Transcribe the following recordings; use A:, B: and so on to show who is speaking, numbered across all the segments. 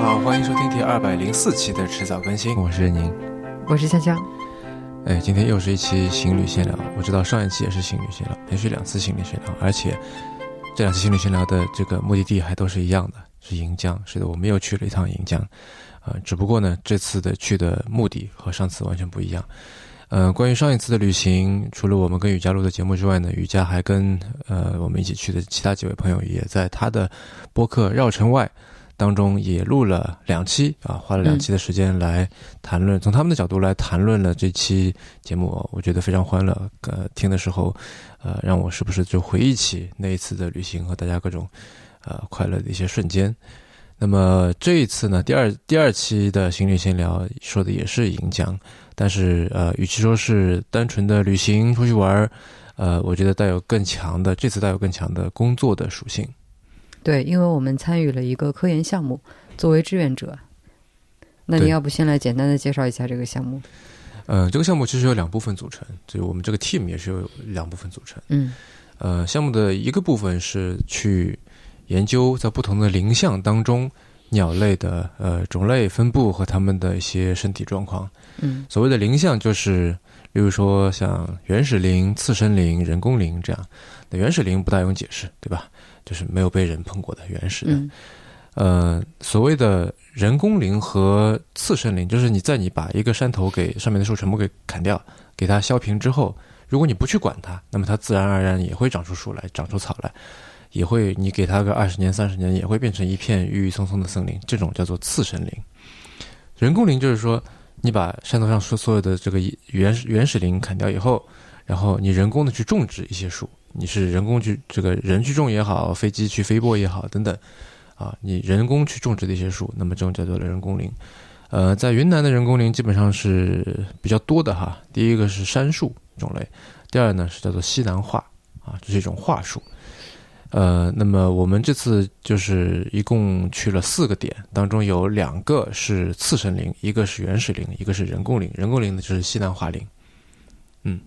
A: 好，欢迎收听第二百零四期的迟早更新，我是任宁。
B: 我是香香。
A: 哎，今天又是一期情侣闲聊。我知道上一期也是情侣闲聊，连续两次情侣闲聊，而且这两次情侣闲聊的这个目的地还都是一样的，是盈江。是的，我们又去了一趟盈江，啊、只不过呢，这次的去的目的和上次完全不一样。呃，关于上一次的旅行，除了我们跟雨佳录的节目之外呢，雨佳还跟呃我们一起去的其他几位朋友，也在他的播客《绕城外》当中也录了两期啊，花了两期的时间来谈论，从他们的角度来谈论了这期节目，我觉得非常欢乐。呃，听的时候，呃，让我时不时就回忆起那一次的旅行和大家各种呃快乐的一些瞬间。那么这一次呢，第二第二期的行旅闲聊说的也是银江，但是呃，与其说是单纯的旅行出去玩儿，呃，我觉得带有更强的这次带有更强的工作的属性。
B: 对，因为我们参与了一个科研项目，作为志愿者。那你
A: 对
B: 要不先来简单的介绍一下这个项目？
A: 呃，这个项目其实有两部分组成，就是我们这个 team 也是有两部分组成。
B: 嗯
A: 呃，项目的一个部分是去研究在不同的林相当中鸟类的呃种类分布和它们的一些身体状况。
B: 嗯
A: 所谓的林相，就是例如说像原始林、次生林、人工林这样。那原始林不大用解释，对吧？就是没有被人碰过的原始的。
B: 嗯
A: 呃，所谓的人工林和次生林，就是你在你把一个山头给上面的树全部给砍掉，给它削平之后，如果你不去管它，那么它自然而然也会长出树来，长出草来，也会你给它个二十年、三十年，也会变成一片郁郁葱葱的森林。这种叫做次生林。人工林就是说，你把山头上所所有的这个一原始原始林砍掉以后，然后你人工的去种植一些树，你是人工去这个人去种也好，飞机去飞过也好，等等。啊，你人工去种植的一些树，那么这种叫做人工林。呃，在云南的人工林基本上是比较多的哈。第一个是杉树种类，第二呢是叫做西南桦啊，这是一种桦树。呃，那么我们这次就是一共去了四个点，当中有两个是次生林，一个是原始林，一个是人工林。人工林呢就是西南桦林，嗯，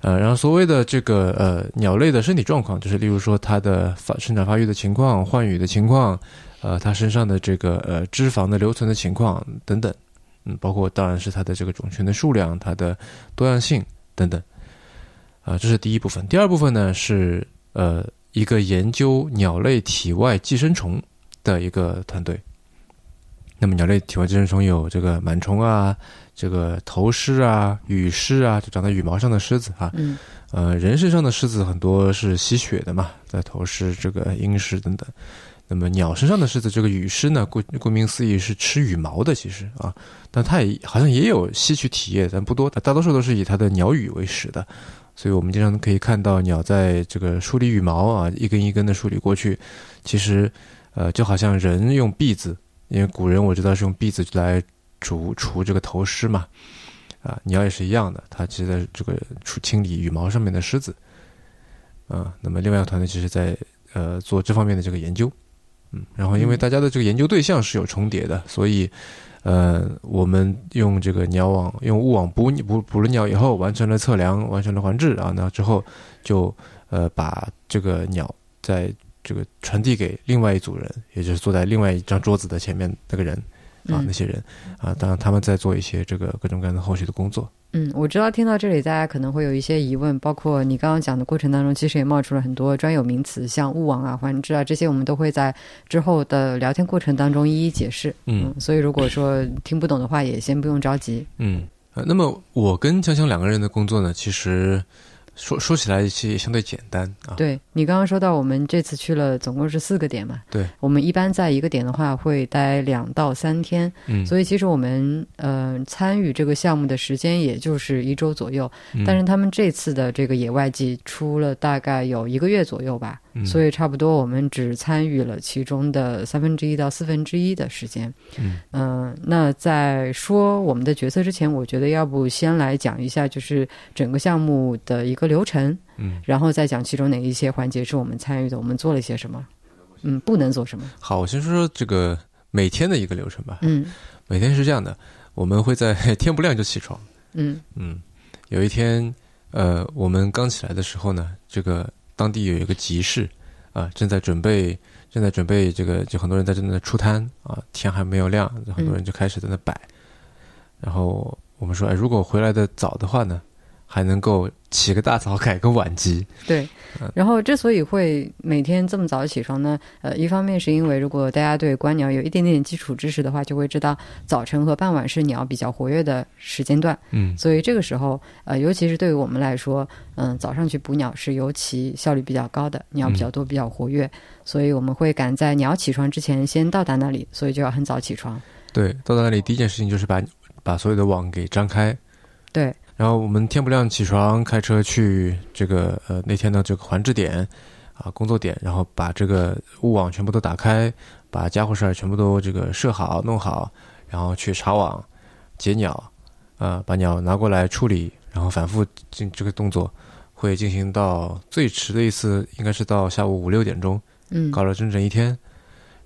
A: 呃，然后所谓的这个呃鸟类的身体状况，就是例如说它的发生长发育的情况、换羽的情况，呃，它身上的这个呃脂肪的留存的情况等等，嗯，包括当然是它的这个种群的数量、它的多样性等等，啊、这是第一部分。第二部分呢是呃一个研究鸟类体外寄生虫的一个团队。那么鸟类体外寄生虫有这个螨虫啊，这个头虱啊、羽虱啊，就长在羽毛上的虱子啊，
B: 嗯
A: 呃，人身上的虱子很多是吸血的嘛，在头虱、这个鹰虱等等。那么鸟身上的虱子，这个羽虱呢，顾顾名思义是吃羽毛的，其实啊，但它也好像也有吸取体液，但不多，大多数都是以它的鸟羽为食的。所以我们经常可以看到鸟在这个梳理羽毛啊，一根一根的梳理过去。其实，呃，就好像人用篦子，因为古人我知道是用篦子来除除这个头虱嘛，啊，鸟也是一样的，它其实在这个除清理羽毛上面的虱子，啊，那么另外一个团队其实在呃做这方面的这个研究，嗯，然后因为
B: 嗯
A: 大家的这个研究对象是有重叠的，所以呃，我们用这个鸟网用物网捕捕捕了鸟以后，完成了测量，完成了环制啊，那之后就呃把这个鸟在这个传递给另外一组人，也就是坐在另外一张桌子的前面那个人啊，
B: 嗯
A: 那些人啊，当然他们在做一些这个各种各样的后续的工作。
B: 嗯，我知道听到这里大家可能会有一些疑问，包括你刚刚讲的过程当中，其实也冒出了很多专有名词，像物网啊、环制啊这些，我们都会在之后的聊天过程当中一一解释。
A: 嗯
B: 嗯，所以如果说听不懂的话，也先不用着急。
A: 嗯、呃，那么我跟香香两个人的工作呢，其实说说起来其实相对简单啊。
B: 对你刚刚说到，我们这次去了总共是四个点嘛？
A: 对，
B: 我们一般在一个点的话会待两到三天，
A: 嗯，
B: 所以其实我们呃参与这个项目的时间也就是一周左右。
A: 嗯
B: 但是他们这次的这个野外季出了大概有一个月左右吧，
A: 嗯
B: 所以差不多我们只参与了其中的三分之一到四分之一的时间。
A: 嗯
B: 嗯、那在说我们的角色之前，我觉得要不先来讲一下，就是整个项目的一个流程，
A: 嗯，
B: 然后再讲其中哪一些环节是我们参与的，我们做了些什么，嗯，不能做什么，
A: 好，我先说说这个每天的一个流程吧。
B: 嗯
A: 每天是这样的，我们会在 天不亮就起床。
B: 嗯
A: 嗯，有一天，呃，我们刚起来的时候呢，这个当地有一个集市，啊、正在准备，正在准备这个，就很多人在正在出摊啊，天还没有亮，很多人就开始在那摆。然后我们说，哎，如果回来的早的话呢，还能够起个大早，改个晚集。
B: 对，然后之所以会每天这么早起床呢，呃，一方面是因为如果大家对观鸟有一点点基础知识的话，就会知道早晨和傍晚是鸟比较活跃的时间段，
A: 嗯
B: 所以这个时候，呃，尤其是对于我们来说，嗯、早上去捕鸟是尤其效率比较高的，鸟比较多，比较活跃，所以我们会赶在鸟起床之前先到达那里，所以就要很早起床。
A: 对，到达那里第一件事情就是把把所有的网给张开，
B: 对，
A: 然后我们天不亮起床，开车去这个呃那天的这个环制点啊工作点，然后把这个物网全部都打开，把家伙事儿全部都这个设好弄好，然后去查网、解鸟，呃把鸟拿过来处理，然后反复进这个动作会进行到最迟的一次应该是到下午五六点钟，
B: 嗯，
A: 搞了整整一天，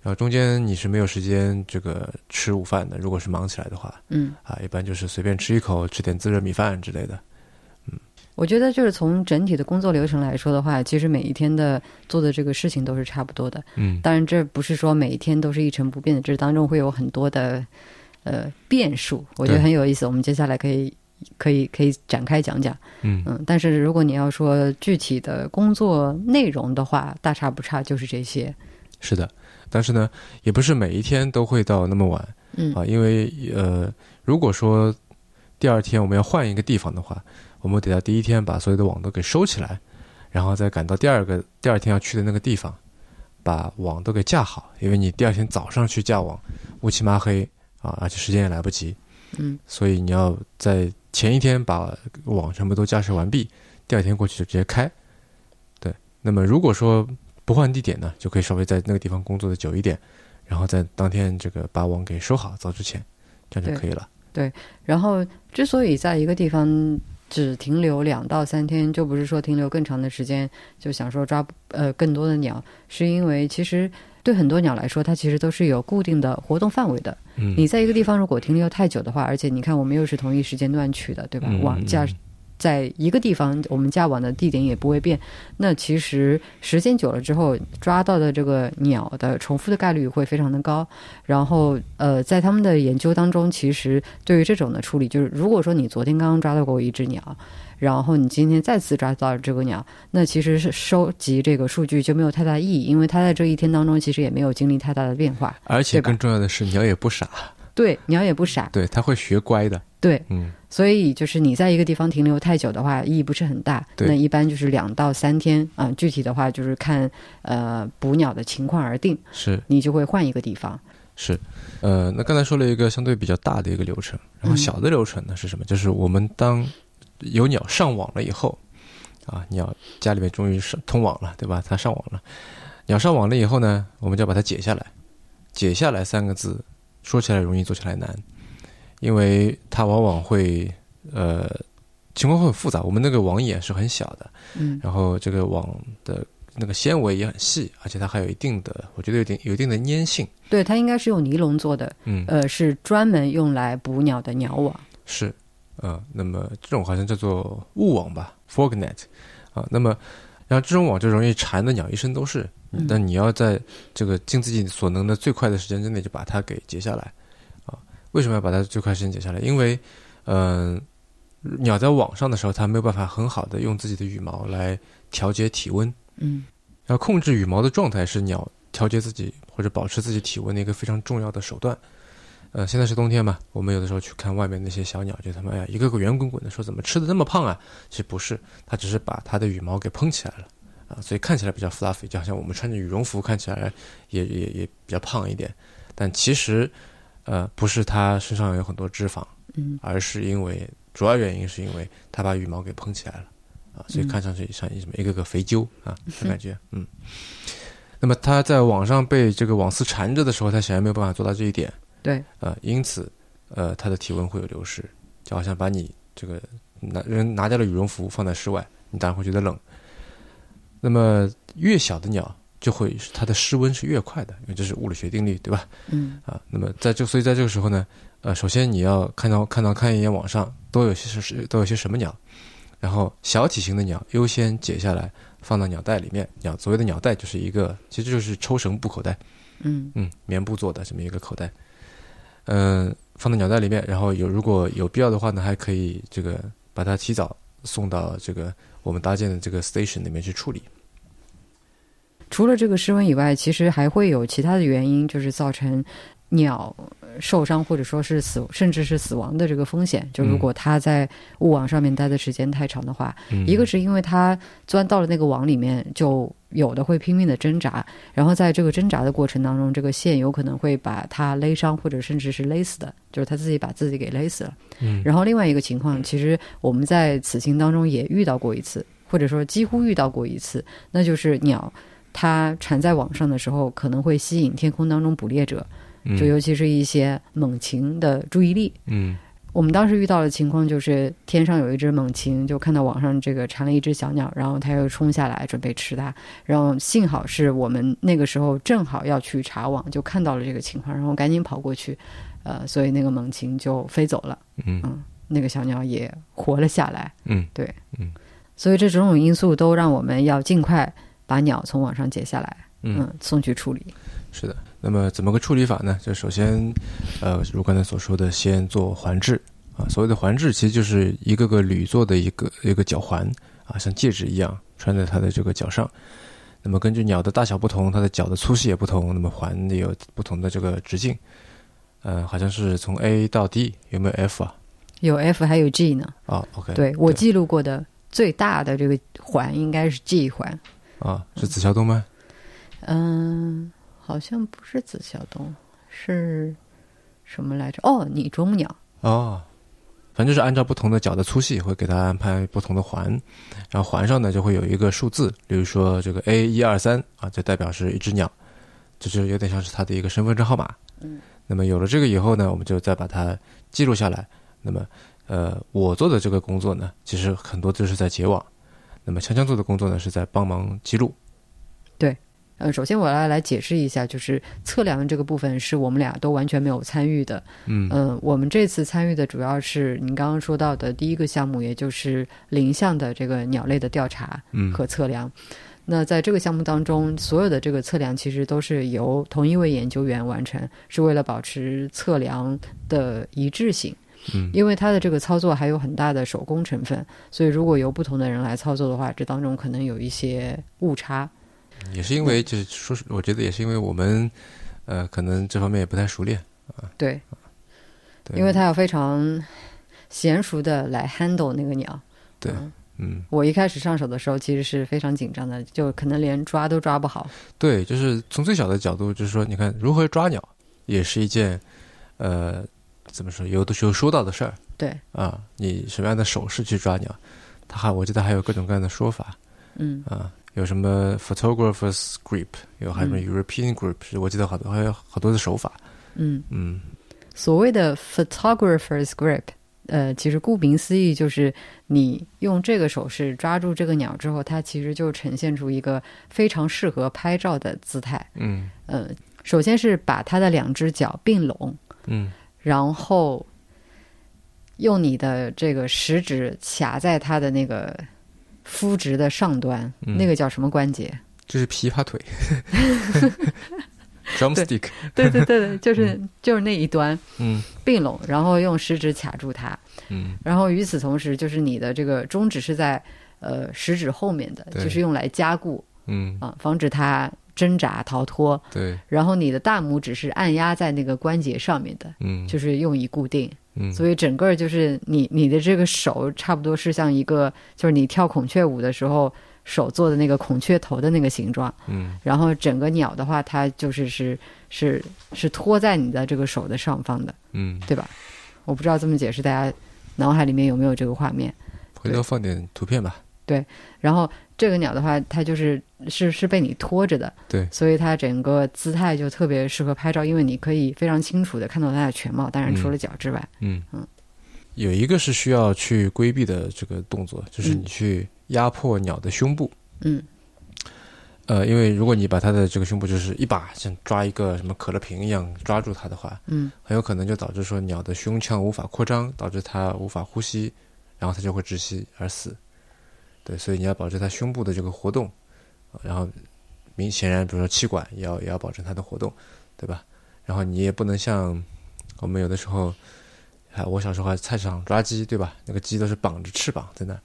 A: 然后中间你是没有时间这个吃午饭的，如果是忙起来的话，
B: 嗯。
A: 啊，一般就是随便吃一口，吃点自热米饭之类的。
B: 我觉得就是从整体的工作流程来说的话，其实每一天的做的这个事情都是差不多的。
A: 嗯，
B: 当然，这不是说每一天都是一成不变的，这当中会有很多的呃变数，我觉得
A: 对
B: 很有意思。我们接下来可以可以可以展开讲讲。
A: 嗯
B: 嗯，但是如果你要说具体的工作内容的话，大差不差就是这些。
A: 是的，但是呢，也不是每一天都会到那么晚
B: 嗯
A: 啊，因为呃，如果说第二天我们要换一个地方的话，我们得要第一天把所有的网都给收起来，然后再赶到第二个第二天要去的那个地方，把网都给架好，因为你第二天早上去架网，乌漆麻黑啊，而且时间也来不及，
B: 嗯，
A: 所以你要在前一天把网全部都架设完毕，第二天过去就直接开。对，那么如果说不换地点呢，就可以稍微在那个地方工作的久一点，然后在当天这个把网给收好，早之前，这样就可以了。
B: 然后，之所以在一个地方只停留两到三天，就不是说停留更长的时间，就想说抓呃更多的鸟，是因为其实对很多鸟来说，它其实都是有固定的活动范围的。
A: 嗯，
B: 你在一个地方如果停留太久的话，而且你看我们又是同一时间段去的，对吧
A: 嗯？
B: 网架
A: 嗯
B: 在一个地方，我们架网的地点也不会变。那其实时间久了之后，抓到的这个鸟的重复的概率会非常的高。然后呃，在他们的研究当中，其实对于这种的处理，就是如果说你昨天刚刚抓到过一只鸟。然后你今天再次抓到这个鸟，那其实是收集这个数据就没有太大意义，因为它在这一天当中其实也没有经历太大的变化。
A: 而且
B: 对吧
A: 更重要的是，鸟也不傻，
B: 对，鸟也不傻，
A: 对，它会学乖的。
B: 对，
A: 嗯，
B: 所以就是你在一个地方停留太久的话，意义不是很大。
A: 对
B: 那一般就是两到三天啊、具体的话就是看呃捕鸟的情况而定，
A: 是
B: 你就会换一个地方。
A: 是，呃，那刚才说了一个相对比较大的一个流程，然后小的流程呢是什么？就是我们当有鸟上网了以后，啊，鸟家里面终于上通网了，对吧？它上网了，鸟上网了以后呢，我们就要把它解下来。解下来三个字，说起来容易，做起来难，因为它往往会，呃，情况会很复杂。我们那个网眼是很小的，
B: 嗯
A: 然后这个网的那个纤维也很细，而且它还有一定的，我觉得有点有一定的粘性。
B: 对，它应该是用尼龙做的，
A: 嗯，
B: 呃，是专门用来捕鸟的鸟网。
A: 是，呃，那么这种好像叫做雾网吧 （fog net） 啊、那么然后这种网就容易缠的鸟一身都是
B: 嗯，
A: 但你要在这个尽自己所能的最快的时间之内就把它给截下来啊、为什么要把它最快时间截下来？因为，嗯、鸟在网上的时候，它没有办法很好的用自己的羽毛来调节体温，
B: 嗯
A: 然后控制羽毛的状态是鸟调节自己或者保持自己体温的一个非常重要的手段。呃，现在是冬天嘛，我们有的时候去看外面那些小鸟，就他们哎呀，一个个圆滚滚的，说怎么吃的那么胖啊？其实不是，它只是把它的羽毛给蓬起来了啊，所以看起来比较 fluffy，就好像我们穿着羽绒服看起来也也也比较胖一点，但其实呃不是它身上有很多脂肪，
B: 嗯
A: 而是因为主要原因是因为它把羽毛给蓬起来了啊，所以看上去像一什么一个个肥鸠啊的感觉，嗯。那么它在网上被这个网丝缠着的时候，它显然没有办法做到这一点，
B: 对，
A: 呃，因此呃，它的体温会有流失，就好像把你这个拿人拿掉了羽绒服放在室外，你当然会觉得冷。那么越小的鸟就会它的失温是越快的，因为这是物理学定律，对吧？
B: 嗯
A: 啊，那么在这，所以在这个时候呢，呃，首先你要看到看到看一眼网上都有些是都有些什么鸟，然后小体型的鸟优先解下来，放到鸟袋里面。鸟所谓的鸟袋就是一个，其实就是抽绳布口袋，
B: 嗯
A: 嗯，棉布做的这么一个口袋，嗯、放到鸟袋里面，然后有如果有必要的话呢，还可以这个把它提早送到这个我们搭建的这个 station 里面去处理。
B: 除了这个失温以外，其实还会有其他的原因，就是造成鸟受伤或者说是死，甚至是死亡的这个风险。就如果它在雾网上面待的时间太长的话，
A: 嗯
B: 一个是因为它钻到了那个网里面，就有的会拼命的挣扎，然后在这个挣扎的过程当中，这个线有可能会把它勒伤，或者甚至是勒死的，就是它自己把自己给勒死了。
A: 嗯
B: 然后另外一个情况，其实我们在此行当中也遇到过一次，或者说几乎遇到过一次，那就是鸟。它缠在网上的时候，可能会吸引天空当中捕猎者，就尤其是一些猛禽的注意力。
A: 嗯
B: 我们当时遇到的情况就是，天上有一只猛禽，就看到网上这个缠了一只小鸟，然后它又冲下来准备吃它。然后幸好是我们那个时候正好要去查网，就看到了这个情况，然后赶紧跑过去，呃，所以那个猛禽就飞走了，
A: 嗯
B: 嗯，那个小鸟也活了下来。
A: 嗯
B: 所以这种种因素都让我们要尽快把鸟从网上解下来，
A: 嗯
B: 嗯，送去处理。
A: 是的，那么怎么个处理法呢？就首先，呃，如刚才所说的，先做环制啊。所谓的环制，其实就是一个个铝做的一个一个脚环啊，像戒指一样穿在它的这个脚上。那么根据鸟的大小不同，它的脚的粗细也不同，那么环也有不同的这个直径。呃，好像是从 A 到 D，有没有 F 啊？
B: 有 F 还有 G 呢，
A: 啊，OK，
B: 对我记录过的最大的这个环应该是 G 环。
A: 啊，是紫霄东吗？
B: 嗯，好像不是紫小东，是什么来着？哦，拟中鸟。
A: 哦，反正就是按照不同的脚的粗细，会给它安排不同的环，然后环上呢就会有一个数字，比如说这个 A 一二三啊，就代表是一只鸟，就是有点像是它的一个身份证号码。
B: 嗯，
A: 那么有了这个以后呢，我们就再把它记录下来。那么，呃，我做的这个工作呢，其实很多就是在结网，那么锵锵做的工作呢是在帮忙记录。
B: 呃，首先我要来解释一下，就是测量这个部分是我们俩都完全没有参与的。
A: 嗯
B: 嗯、我们这次参与的主要是您刚刚说到的第一个项目，也就是林项的这个鸟类的调查
A: 嗯
B: 和测量。那在这个项目当中，所有的这个测量其实都是由同一位研究员完成，是为了保持测量的一致性。
A: 嗯
B: 因为它的这个操作还有很大的手工成分，所以如果由不同的人来操作的话，这当中可能有一些误差。
A: 也是因为就是说是，我觉得也是因为我们，呃，可能这方面也不太熟练。
B: 对，
A: 对
B: 因为它要非常娴熟的来 handle 那个鸟。
A: 对
B: 嗯
A: 嗯。
B: 我一开始上手的时候其实是非常紧张的，就可能连抓都抓不好。
A: 对，就是从最小的角度，就是说，你看如何抓鸟，也是一件，呃，怎么说，有的时候说到的事儿
B: 对，
A: 啊。你什么样的手势去抓鸟，它还我记得还有各种各样的说法
B: 嗯，
A: 啊，有什么 photographer's grip，有还有什么 European grip，、我记得好多还有好多的手法。
B: 嗯，
A: 嗯
B: 所谓的 photographer's grip，呃，其实顾名思义就是你用这个手势抓住这个鸟之后，它其实就呈现出一个非常适合拍照的姿态。
A: 嗯
B: 呃，首先是把它的两只脚并拢，
A: 嗯
B: 然后用你的这个食指卡在它的那个肤质的上端，
A: 嗯
B: 那个叫什么关节？
A: 这是琵琶 腿，drumstick。
B: 对对对对，就是、就是那一端
A: 嗯
B: 并拢，然后用食指卡住它，
A: 嗯
B: 然后与此同时，就是你的这个中指是在呃食指后面的，
A: 对
B: 就是用来加固
A: 嗯，
B: 啊、防止它挣扎逃脱。
A: 对，
B: 然后你的大拇指是按压在那个关节上面的，
A: 嗯
B: 就是用以固定。
A: 嗯
B: 所以整个就是你你的这个手差不多是像一个，就是你跳孔雀舞的时候手做的那个孔雀头的那个形状。
A: 嗯
B: 然后整个鸟的话，它就是是是是托在你的这个手的上方的，
A: 嗯，
B: 对吧？我不知道这么解释大家脑海里面有没有这个画面。
A: 回头放点图片吧。
B: 然后这个鸟的话，它就是是是被你拖着的，
A: 对
B: 所以它整个姿态就特别适合拍照，因为你可以非常清楚的看到它的全貌，当然除了脚之外，
A: 嗯
B: 嗯，
A: 有一个是需要去规避的这个动作，就是
B: 嗯
A: 你去压迫鸟的胸部。
B: 嗯
A: 呃，因为如果你把它的这个胸部就是一把像抓一个什么可乐瓶一样抓住它的话，
B: 嗯
A: 很有可能就导致说鸟的胸腔无法扩张，导致它无法呼吸，然后它就会窒息而死。对，所以你要保证它胸部的这个活动，呃然后明显然，比如说气管也要也要保证它的活动，对吧？然后你也不能像我们有的时候，哎，我小时候还菜市场抓鸡，对吧？那个鸡都是绑着翅膀在那儿，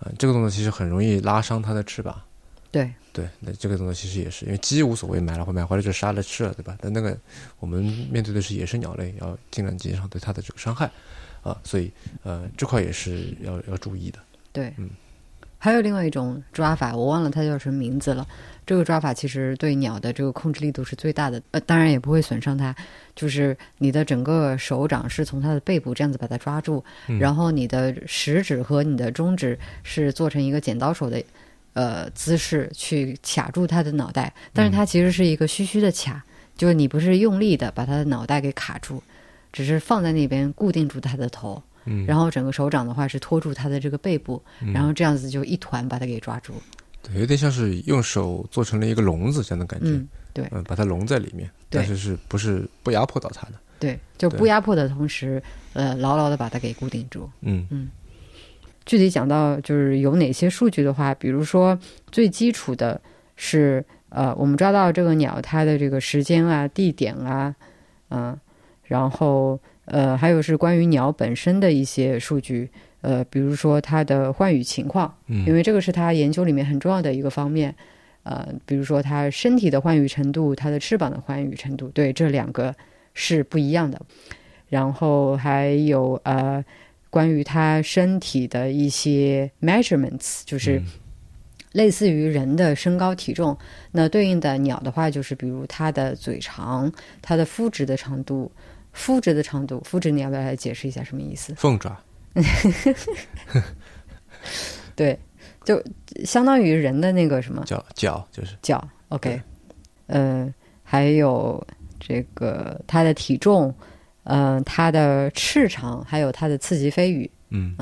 A: 啊、这个动作其实很容易拉伤它的翅膀。
B: 对，
A: 对，那这个动作其实也是，因为鸡无所谓，买了或买回来就杀了吃了，对吧？但那个我们面对的是野生鸟类，要尽量减少对它的这个伤害，啊，所以呃，这块也是要要注意的。
B: 对，
A: 嗯
B: 还有另外一种抓法，我忘了它叫什么名字了。这个抓法其实对鸟的这个控制力度是最大的，呃，当然也不会损伤它。就是你的整个手掌是从它的背部这样子把它抓住，
A: 嗯
B: 然后你的食指和你的中指是做成一个剪刀手的。呃，姿势去卡住它的脑袋，
A: 嗯
B: 但是它其实是一个虚虚的卡，就是你不是用力的把它的脑袋给卡住，只是放在那边固定住它的头，
A: 嗯
B: 然后整个手掌的话是托住它的这个背部，然后这样子就一团把它给抓住。
A: 对，有点像是用手做成了一个笼子这样的感觉，
B: 嗯，对
A: 嗯把它笼在里面，
B: 对
A: 但是是不是不压迫到它的？
B: 对，就不
A: 对
B: 压迫的同时，呃，牢牢的把它给固定住。
A: 嗯
B: 具体讲到就是有哪些数据的话，比如说最基础的是，呃，我们抓到这个鸟它的这个时间啊、地点啊，嗯、然后呃，还有是关于鸟本身的一些数据，呃，比如说它的换羽情况，
A: 嗯
B: 因为这个是它研究里面很重要的一个方面。呃，比如说它身体的换羽程度，它的翅膀的换羽程度，对，这两个是不一样的。然后还有呃，关于它身体的一些 measurements，就是类似于人的身高体重。那对应的鸟的话，就是比如它的嘴长、它的肤质的长度。肤质的长度，肤质你要不要来解释一下什么意思？
A: 凤爪，
B: 对，就相当于人的那个什么
A: 脚脚就是
B: 脚，OK，
A: 对
B: 呃，还有这个它的体重，呃，它的翅长，还有它的刺级飞羽，
A: 嗯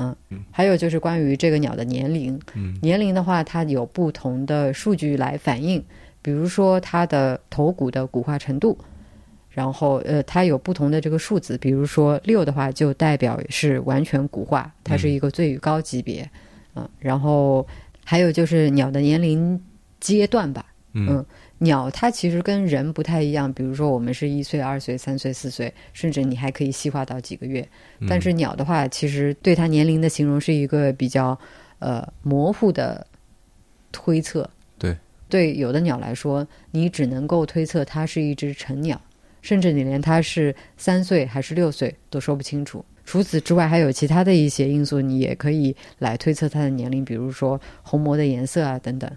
B: 还有就是关于这个鸟的年龄，
A: 嗯
B: 年龄的话，它有不同的数据来反映，比如说它的头骨的骨化程度，然后呃，它有不同的这个数字，比如说六的话就代表是完全骨化，它是一个最高级别，嗯、然后还有就是鸟的年龄阶段吧，
A: 嗯
B: 嗯鸟它其实跟人不太一样，比如说我们是一岁、二岁、三岁、四岁，甚至你还可以细化到几个月。
A: 嗯
B: 嗯但是鸟的话，其实对它年龄的形容是一个比较呃模糊的推测。
A: 对，
B: 对，有的鸟来说，你只能够推测它是一只成鸟，甚至你连它是三岁还是六岁都说不清楚。除此之外，还有其他的一些因素，你也可以来推测它的年龄，比如说虹膜的颜色啊等等，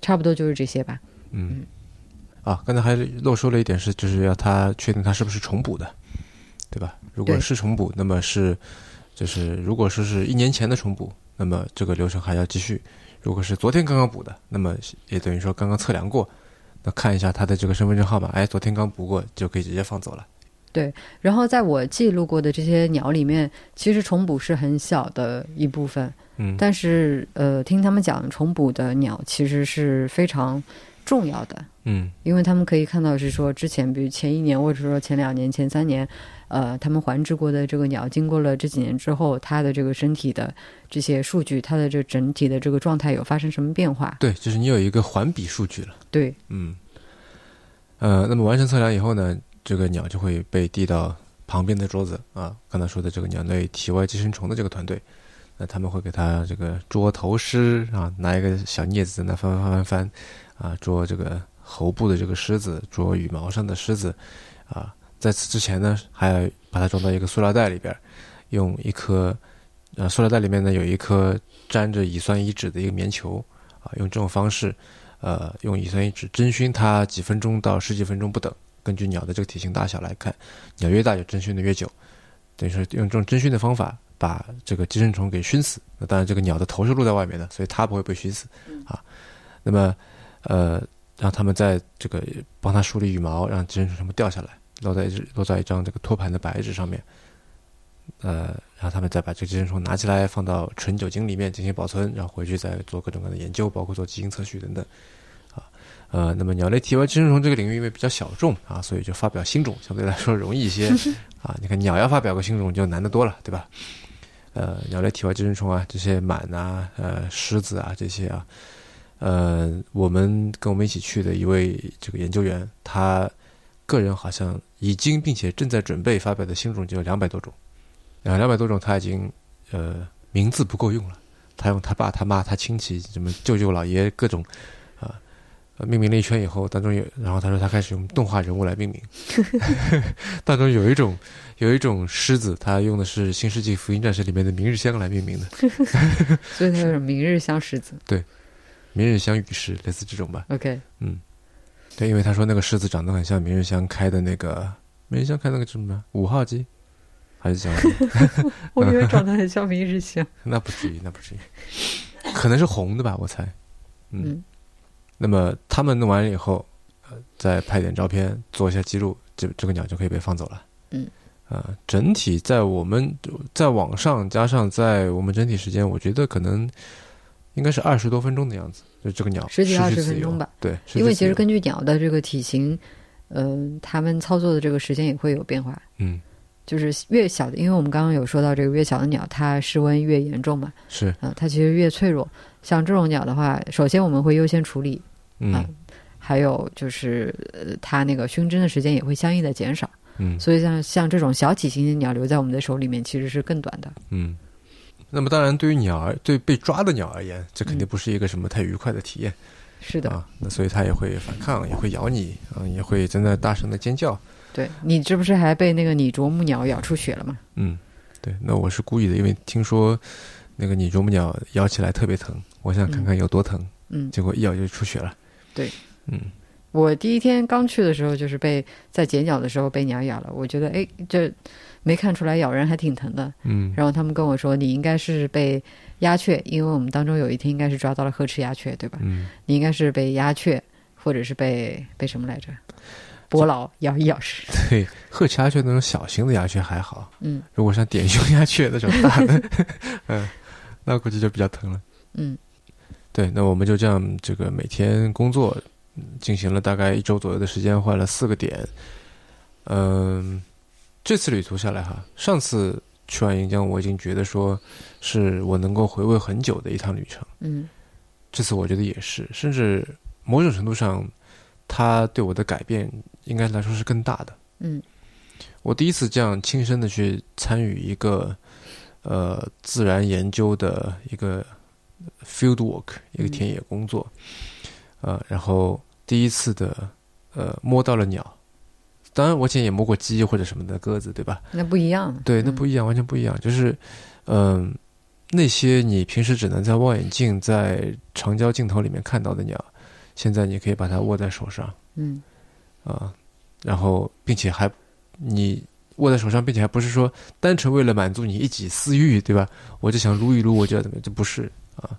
B: 差不多就是这些吧。
A: 嗯啊，刚才还漏说了一点是，就是要它确定它是不是重补的，对吧？如果
B: 对
A: 是重补，那么是就是如果说是一年前的重补，那么这个流程还要继续；如果是昨天刚刚补的，那么也等于说刚刚测量过，那看一下它的这个身份证号码，哎，昨天刚补过，就可以直接放走了。
B: 然后在我记录过的这些鸟里面，其实重补是很小的一部分，
A: 嗯，
B: 但是呃，听他们讲重补的鸟其实是非常重要的，
A: 嗯
B: 因为他们可以看到是说之前，比如前一年或者说前两年、前三年，呃，他们还治过的这个鸟，经过了这几年之后，它的这个身体的这些数据，它的这整体的这个状态有发生什么变化？
A: 对，就是你有一个环比数据了。
B: 对，
A: 嗯，呃，那么完成测量以后呢，这个鸟就会被递到旁边的桌子啊，刚才说的这个鸟类体外寄生虫的这个团队，那他们会给它这个捉头虱啊，拿一个小镊子在那翻翻翻翻翻啊，捉这个喉部的这个虱子，捉羽毛上的虱子啊，在此之前呢，还要把它装到一个塑料袋里边儿，用一颗呃塑料袋里面呢有一颗沾着乙酸乙酯的一个棉球啊，用这种方式呃，用乙酸乙酯蒸熏它几分钟到十几分钟不等，根据鸟的这个体型大小来看，鸟越大就蒸熏的越久，等于说用这种蒸熏的方法把这个寄生虫给熏死。那当然，这个鸟的头是露在外面的，所以它不会被熏死啊。那么，呃，让他们在这个帮它梳理羽毛，让寄生虫全部掉下来，落在一只落在一张这个托盘的白纸上面。呃，然后他们再把这个寄生虫拿起来，放到纯酒精里面进行保存，然后回去再做各种各样的研究，包括做基因测序等等。呃，那么鸟类体外寄生虫这个领域因为比较小众啊，所以就发表新种相对来说容易一些啊。你看鸟要发表个新种就难得多了，对吧？呃鸟类体外寄生虫啊，这些螨啊、呃虱子啊这些啊，呃，我们跟我们一起去的一位这个研究员，他个人好像已经并且正在准备发表的新种就有两百多种，啊，两百多种他已经呃名字不够用了，他用他爸、他妈、他亲戚、什么舅舅、姥爷各种。啊呃命名了一圈以后，当中有，然后他说他开始用动画人物来命名， 当中有一种有一种狮子，它用的是《新世纪福音战士》里面的明日香来命名的，
B: 所以它是明日香狮子。
A: 明日香雨狮，类似这种吧。
B: OK，
A: 对，因为他说那个狮子长得很像明日香开的那个明日香开那个叫什么五号机，还是叫什么？
B: 我以为长得很像明日香。
A: 那不至于，那不至于，可能是红的吧，我猜。嗯，
B: 嗯
A: 那么他们弄完了以后，呃，再拍点照片，做一下记录，这这个鸟就可以被放走了。
B: 嗯，
A: 呃，整体在我们在网上加上在我们整体时间，我觉得可能应该是二十多分钟的样子，就这个鸟
B: 十几
A: 失去
B: 二十
A: 自
B: 分钟
A: 由
B: 吧。
A: 对，失去
B: 因为
A: 自
B: 其实
A: 由
B: 根据鸟的这个体型，嗯、呃，它们操作的这个时间也会有变化。
A: 嗯
B: 就是越小的，因为我们刚刚有说到这个越小的鸟，它失温越严重嘛，
A: 是
B: 啊、它其实越脆弱。像这种鸟的话，首先我们会优先处理，
A: 嗯、
B: 啊还有就是呃它那个熏蒸的时间也会相应的减少。
A: 嗯
B: 所以像像这种小体型的鸟留在我们的手里面其实是更短的。
A: 嗯。那么当然，对于鸟儿对被抓的鸟而言，这肯定不是一个什么太愉快的体验。
B: 是的，
A: 啊，那所以它也会反抗，也会咬你，啊，也会在那大声的尖叫。
B: 对你这不是还被那个拟啄木鸟咬出血了吗？
A: 嗯，对，那我是故意的，因为听说那个拟啄木鸟咬起来特别疼，我想看看有多疼，
B: 嗯，
A: 结果一咬就出血了。
B: 对，
A: 嗯
B: 我第一天刚去的时候，就是被在剪鸟的时候被鸟咬了，我觉得哎，这没看出来咬人还挺疼的。
A: 嗯
B: 然后他们跟我说，你应该是被鸦雀，因为我们当中有一天应该是抓到了褐翅鸦雀，对吧？
A: 嗯，
B: 你应该是被鸦雀，或者是被被什么来着？伯劳咬一咬是，
A: 对，褐鳍鸦雀那种小型的鸦雀还好，
B: 嗯
A: 如果像点 胸鸦雀那种大的， 嗯，那估计就比较疼了。
B: 嗯
A: 对，那我们就这样，这个每天工作嗯进行了大概一周左右的时间，换了四个点。嗯，这次旅途下来哈，上次去完盈江，我已经觉得说是我能够回味很久的一趟旅程。
B: 嗯
A: 这次我觉得也是，甚至某种程度上，它对我的改变应该来说是更大的。
B: 嗯
A: 我第一次这样亲身的去参与一个呃自然研究的一个 field work，一个田野工作，呃，然后第一次的呃摸到了鸟，当然我以前也摸过鸡或者什么的鸽子，对吧？
B: 那不一样。
A: 对，那
B: 嗯
A: 不一样，完全不一样。就是，嗯、那些你平时只能在望远镜、在长焦镜头里面看到的鸟，现在你可以把它握在手上。
B: 嗯
A: 啊，然后并且还你握在手上，并且还不是说单纯为了满足你一己私欲，对吧？我就想撸一撸，我就要怎么样，这不是啊。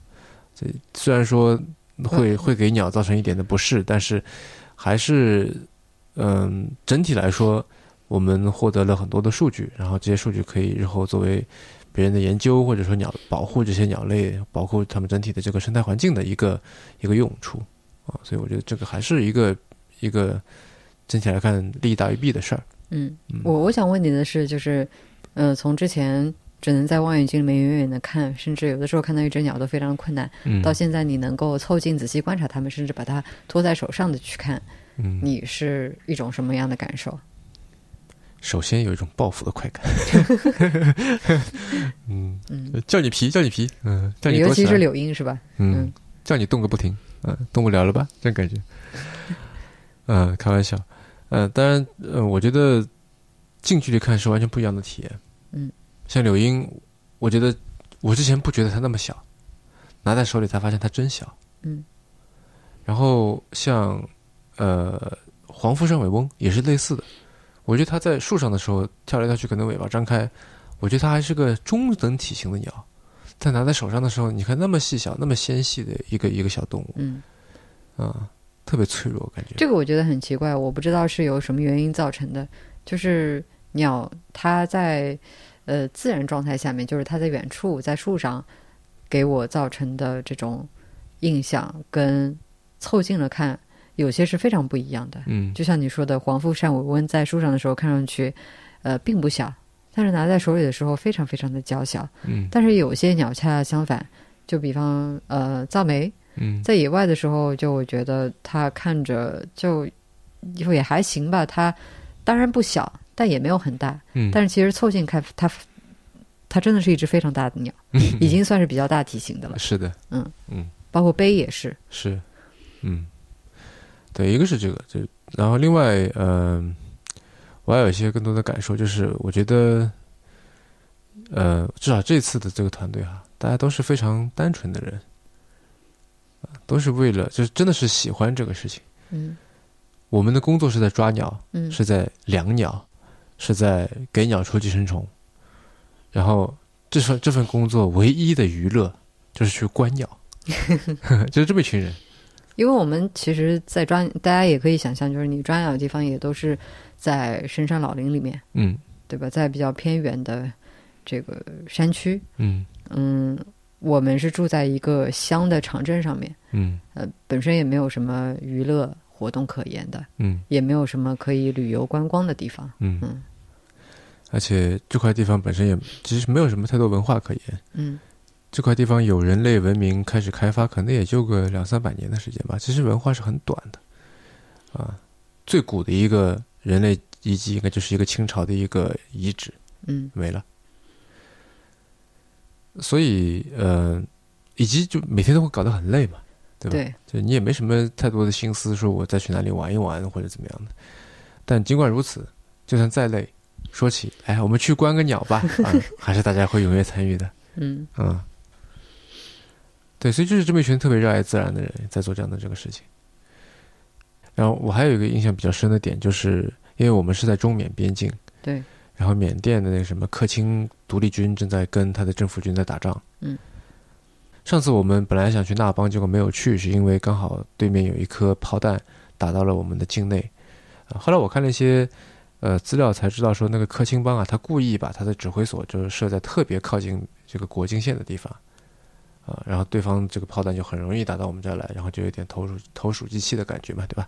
A: 这虽然说会会给鸟造成一点的不适，但是还是嗯，整体来说，我们获得了很多的数据，然后这些数据可以日后作为。别人的研究，或者说鸟保护这些鸟类，保护它们整体的这个生态环境的一个一个用处啊，所以我觉得这个还是一个一个整体来看利大于弊的事儿。
B: 嗯，
A: 嗯
B: 我我想问你的是，就是呃，从之前只能在望远镜里面远远的看，甚至有的时候看到一只鸟都非常困难，
A: 嗯
B: 到现在你能够凑近仔细观察它们，甚至把它托在手上的去看，
A: 嗯，
B: 你是一种什么样的感受？
A: 首先有一种报复的 快感。嗯，
B: 嗯，
A: 叫你皮，叫你皮，嗯，叫你
B: 尤
A: 躲起
B: 其是
A: 来，
B: 柳莺是吧？
A: 嗯
B: 嗯，
A: 叫你动个不停，嗯，动不了了吧？这种感觉。 嗯，开玩笑，嗯，当然，呃，我觉得近距离看是完全不一样的体验。
B: 嗯，
A: 像柳莺，我觉得我之前不觉得它那么小，拿在手里才发现它真小。
B: 嗯，
A: 然后像呃黄腹山尾翁也是类似的，我觉得它在树上的时候跳来跳去，可能尾巴张开，我觉得它还是个中等体型的鸟。但拿在手上的时候，你看那么细小、那么纤细的一个一个小动物
B: 嗯，
A: 啊、特别脆弱，感觉。
B: 这个我觉得很奇怪，我不知道是由什么原因造成的，就是鸟它在呃自然状态下面，就是它在远处在树上给我造成的这种印象，跟凑近了看有些是非常不一样的。
A: 嗯
B: 就像你说的，黄腹扇尾翁在树上的时候看上去，呃，并不小，但是拿在手里的时候非常非常的娇小。
A: 嗯
B: 但是有些鸟恰恰相反，就比方呃藏梅，
A: 嗯
B: 在野外的时候，就我觉得它看着就就也还行吧，它当然不小，但也没有很大，
A: 嗯，
B: 但是其实凑近看它。它真的是一只非常大的鸟，
A: 嗯
B: 已经算是比较大体型的了。嗯
A: 是的，嗯
B: 包括杯也是，
A: 是，嗯，对，一个是这个，就然后另外，嗯、我还有一些更多的感受，就是我觉得，呃，至少这次的这个团队哈、啊大家都是非常单纯的人，啊都是为了就是真的是喜欢这个事情。
B: 嗯
A: 我们的工作是在抓鸟，
B: 嗯
A: 是在养鸟，是在给鸟抽寄生虫，然后这份这份工作唯一的娱乐就是去观鸟，就是这么一群人。
B: 因为我们其实，在抓大家也可以想象，就是你抓鸟的地方也都是在深山老林里面，
A: 嗯
B: 对吧？在比较偏远的这个山区，
A: 嗯
B: 嗯，我们是住在一个乡的长镇上面，
A: 嗯
B: 呃，本身也没有什么娱乐活动可言的，
A: 嗯
B: 也没有什么可以旅游观光的地方，
A: 嗯
B: 嗯，
A: 而且这块地方本身也其实没有什么太多文化可言。
B: 嗯
A: 这块地方有人类文明开始开发，可能也就个两三百年的时间吧。其实文化是很短的，啊，最古的一个人类遗迹应该就是一个清朝的一个遗址，
B: 嗯
A: 没了。所以，呃，以及就每天都会搞得很累嘛，对吧？
B: 对，
A: 就你也没什么太多的心思，说我再去哪里玩一玩或者怎么样的。但尽管如此，就算再累，说起哎，我们去观个鸟吧，啊，还是大家会踊跃参与的，
B: 嗯
A: 嗯。对，所以就是这么一群特别热爱自然的人在做这样的这个事情。然后我还有一个印象比较深的点，就是因为我们是在中缅边境，
B: 对，
A: 然后缅甸的那个什么克钦独立军正在跟他的政府军在打仗。
B: 嗯，
A: 上次我们本来想去那邦，结果没有去，是因为刚好对面有一颗炮弹打到了我们的境内。啊后来我看了一些呃资料才知道，说那个克钦邦啊，他故意把他的指挥所就是设在特别靠近这个国境线的地方。啊，然后对方这个炮弹就很容易打到我们这儿来，然后就有点投鼠投鼠忌器的感觉嘛，对吧？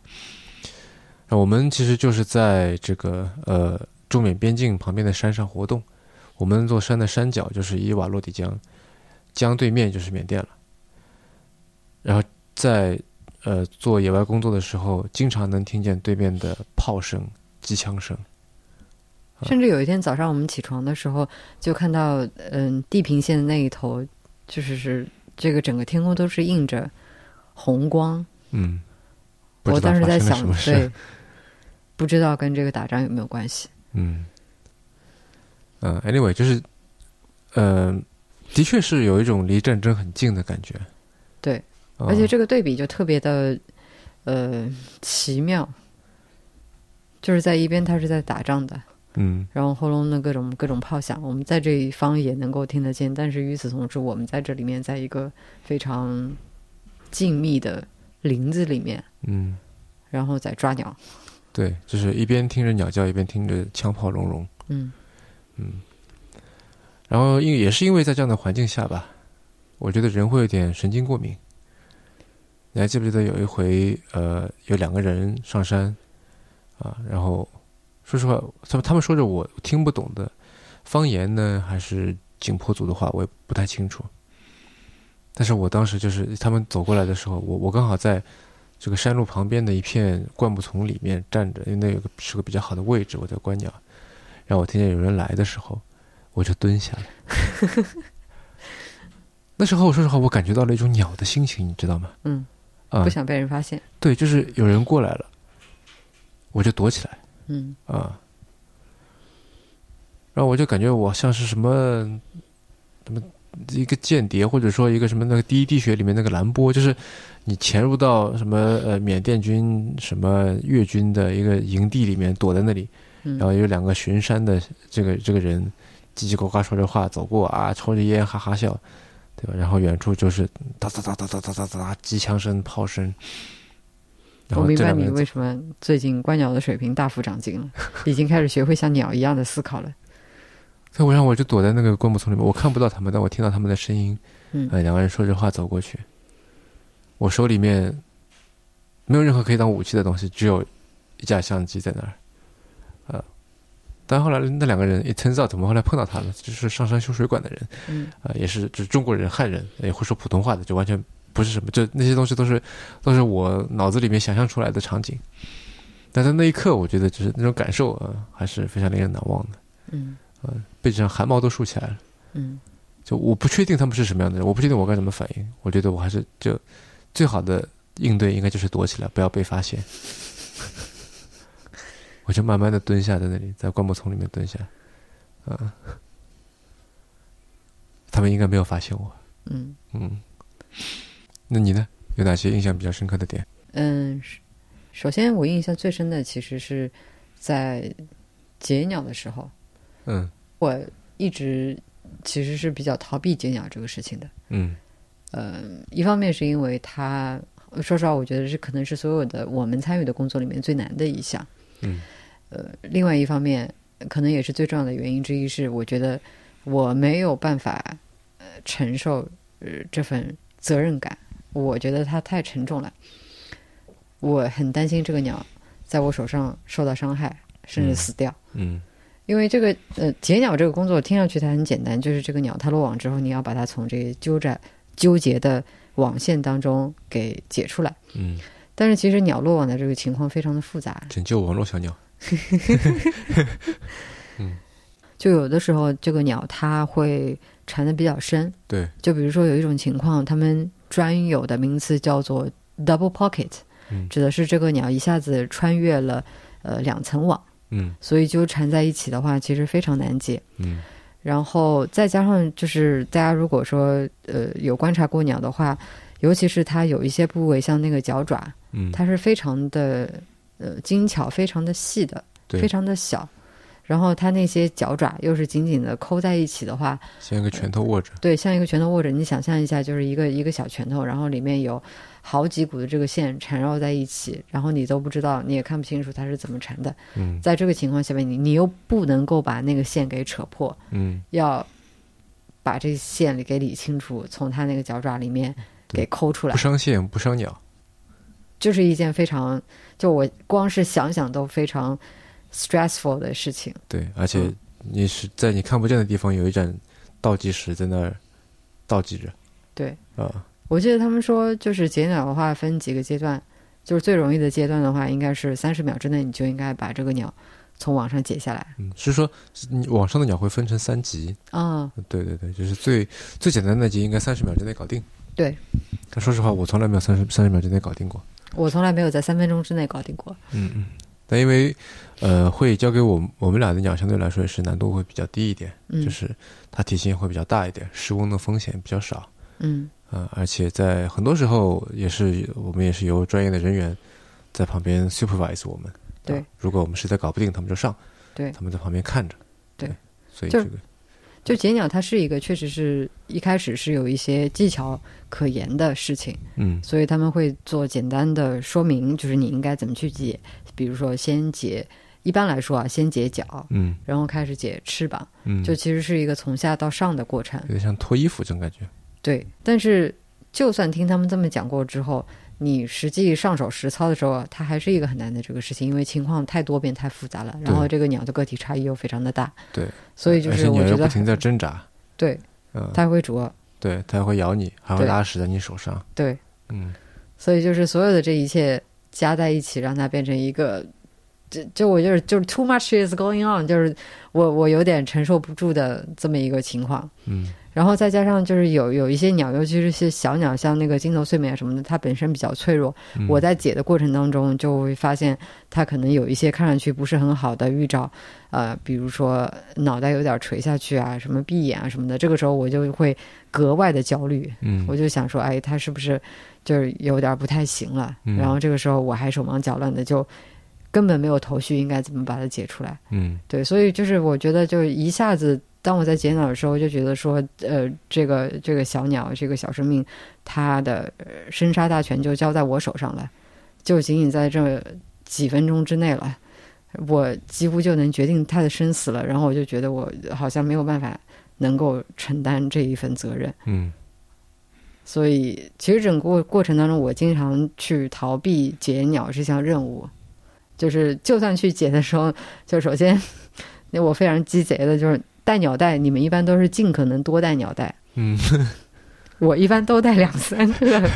A: 那我们其实就是在这个呃中缅边境旁边的山上活动。我们那座山的山脚就是伊瓦洛底江，江对面就是缅甸了。然后在呃做野外工作的时候，经常能听见对面的炮声、机枪声。
B: 甚至有一天早上我们起床的时候，就看到嗯地平线的那一头，就是是这个整个天空都是映着红光。
A: 嗯，不
B: 我
A: 知道
B: 当时
A: 发
B: 在
A: 生了
B: 想
A: 什么，事。
B: 对，不知道跟这个打仗有没有关系？
A: 嗯，嗯、a n y w a y 就是，呃，的确是有一种离战争很近的感觉。
B: 对
A: 啊，
B: 而且这个对比就特别的呃奇妙，就是在一边它是在打仗的，
A: 嗯
B: 然后轰隆的各种各种炮响，我们在这一方也能够听得见，但是与此同时，我们在这里面在一个非常静谧的林子里面，
A: 嗯，
B: 然后在抓鸟，
A: 对，就是一边听着鸟叫，一边听着枪炮隆隆。
B: 嗯
A: 然后因为也是因为在这样的环境下吧，我觉得人会有点神经过敏。你还记不记得有一回，呃，有两个人上山，啊，然后说实话，他们他们说着我听不懂的方言呢，还是景颇族的话，我也不太清楚。但是我当时就是他们走过来的时候，我我刚好在这个山路旁边的一片灌木丛里面站着，因为那有个是个比较好的位置，我在观鸟。然后我听见有人来的时候，我就蹲下了。 那时候，说实话，我感觉到了一种鸟的心情，你知道吗？
B: 嗯，
A: 啊、
B: 不想被人发现，
A: 对，就是有人过来了，我就躲起来
B: 嗯
A: 啊、然后我就感觉我像是什么什么一个间谍，或者说一个什么那个第一滴血里面那个蓝波，就是你潜入到什么呃缅甸军什么越军的一个营地里面，躲在那里，然后
B: 嗯
A: 有两个巡山的这个这个人叽叽呱呱说着话走过啊，抽着烟哈哈笑，对吧？然后远处就是哒哒哒哒哒哒哒哒机枪声、炮声。然
B: 我
A: 后
B: 明
A: 这
B: 白
A: 两个
B: 你
A: 人
B: 为什么最近观鸟的水平大幅长进了，已经开始学会像鸟一样的思考了。
A: 所以我让我就躲在那个灌木丛里面，我看不到他们，但我听到他们的声音。
B: 嗯
A: 呃，两个人说着话走过去，我手里面没有任何可以当武器的东西，只有一架相机在那儿。呃，但后来那两个人，it turns out 我们后来碰到他了，就是上山修水管的人，
B: 嗯
A: 呃，也是就是中国人、汉人，也会说普通话的，就完全不是什么，就那些东西都是都是我脑子里面想象出来的场景。但在那一刻，我觉得就是那种感受啊、呃还是非常令人难忘的，
B: 嗯
A: 背脊上汗毛都竖起来了。
B: 嗯
A: 就我不确定他们是什么样的人，我不确定我该怎么反应。我觉得我还是就最好的应对应该就是躲起来，不要被发现。 我就慢慢的蹲下，在那里，在灌木丛里面蹲下，啊，他们应该没有发现我。
B: 嗯
A: 嗯，那你呢？有哪些印象比较深刻的点？
B: 嗯，是首先我印象最深的其实是在解鸟的时候，
A: 嗯
B: 我一直其实是比较逃避解鸟这个事情的。
A: 嗯
B: 呃，一方面是因为它，说实话，我觉得是可能是所有的我们参与的工作里面最难的一项。
A: 嗯
B: 呃，另外一方面，可能也是最重要的原因之一是，我觉得我没有办法呃承受呃这份责任感，我觉得它太沉重了。我很担心这个鸟在我手上受到伤害，甚至
A: 嗯
B: 死掉。
A: 嗯
B: 因为这个呃解鸟这个工作听上去它很简单，就是这个鸟它落网之后，你要把它从这纠缠纠结的网线当中给解出来。
A: 嗯，
B: 但是其实鸟落网的这个情况非常的复杂，
A: 拯救网络小鸟。
B: 就有的时候这个鸟它会缠得比较深，
A: 对，
B: 就比如说有一种情况，他们专有的名词叫做 double pocket，、
A: 嗯
B: 指的是这个鸟一下子穿越了呃两层网，
A: 嗯
B: 所以纠缠在一起的话，其实非常难解。
A: 嗯
B: 然后再加上就是大家如果说呃有观察过鸟的话，尤其是它有一些部位，像那个脚爪，
A: 嗯，
B: 它是非常的呃精巧、非常的细的、
A: 对
B: 非常的小。然后它那些脚爪又是紧紧的抠在一起的话，
A: 像一个拳头握着。
B: 对，像一个拳头握着，你想象一下，就是一个一个小拳头，然后里面有好几股的这个线缠绕在一起，然后你都不知道，你也看不清楚它是怎么缠的。
A: 嗯
B: 在这个情况下面，你你又不能够把那个线给扯破，
A: 嗯
B: 要把这线给理清楚，从它那个脚爪里面给抠出来
A: 不，伤线，不伤鸟。
B: 就是一件非常就我光是想想都非常 stressful 的事情。
A: 对，而且
B: 嗯
A: 你是在你看不见的地方有一盏倒计时在那儿倒计着
B: 对
A: 啊，
B: 我记得他们说，就是解鸟的话分几个阶段，就是最容易的阶段的话，应该是三十秒之内你就应该把这个鸟从网上解下来。
A: 嗯，是说你网上的鸟会分成三级，
B: 啊、
A: 对对对，就是最最简单的那级应该三十秒之内搞定。
B: 对，
A: 但说实话，我从来没有三十三十秒之内搞定过。
B: 我从来没有在三分钟之内搞定过。
A: 嗯嗯，但因为呃，会交给我我们俩的鸟相对来说也是难度会比较低一点，
B: 嗯
A: 就是它体型会比较大一点，失温的风险比较少。
B: 嗯
A: 啊、而且在很多时候也是我们也是由专业的人员在旁边 supervise 我们。
B: 对
A: 啊如果我们实在搞不定，他们就上，
B: 对
A: 他们在旁边看着。
B: 对，
A: 所以
B: 就
A: 这
B: 是
A: 个
B: 就解鸟，它是一个确实是一开始是有一些技巧可言的事情，
A: 嗯
B: 所以他们会做简单的说明，就是你应该怎么去解，比如说先解，一般来说啊，先解脚，
A: 嗯
B: 然后开始解翅膀，
A: 嗯，
B: 就其实是一个从下到上的过程
A: 有。点像脱衣服这种感觉。
B: 对，但是就算听他们这么讲过之后，你实际上手实操的时候，它还是一个很难的这个事情，因为情况太多变、太复杂了，然后这个鸟的个体差异又非常的大，
A: 对，
B: 所以就
A: 而
B: 是
A: 且
B: 我
A: 鸟
B: 觉
A: 又不
B: 得
A: 停在挣扎。
B: 对
A: 嗯，
B: 它会啄，
A: 对，它会咬你，还会
B: 对
A: 拉屎在你手上。
B: 对，
A: 嗯，
B: 所以就是所有的这一切加在一起，让它变成一个，就就我就是就是 too much is going on，就是我我有点承受不住的这么一个情况。
A: 嗯
B: 然后再加上就是有有一些鸟，尤其是一些小鸟，像那个金头碎鹛啊什么的，它本身比较脆弱。
A: 嗯
B: 我在解的过程当中，就会发现它可能有一些看上去不是很好的预兆，呃，比如说脑袋有点垂下去啊，什么闭眼啊什么的。这个时候我就会格外的焦虑，
A: 嗯，
B: 我就想说，哎，它是不是就是有点不太行了？
A: 嗯
B: 然后这个时候我还手忙脚乱的，就根本没有头绪，应该怎么把它解出来。
A: 嗯
B: 对，所以就是我觉得，就是一下子，当我在解鸟的时候，就觉得说，呃，这个这个小鸟，这个小生命，它的呃生杀大权就交在我手上了，就仅仅在这几分钟之内了，我几乎就能决定它的生死了。然后我就觉得我好像没有办法能够承担这一份责任，
A: 嗯
B: 所以其实整个过程当中，我经常去逃避解鸟这项任务，就是就算去解的时候，就首先那我非常鸡贼的就是带鸟袋，你们一般都是尽可能多带鸟袋，
A: 嗯，
B: 我一般都带两三个，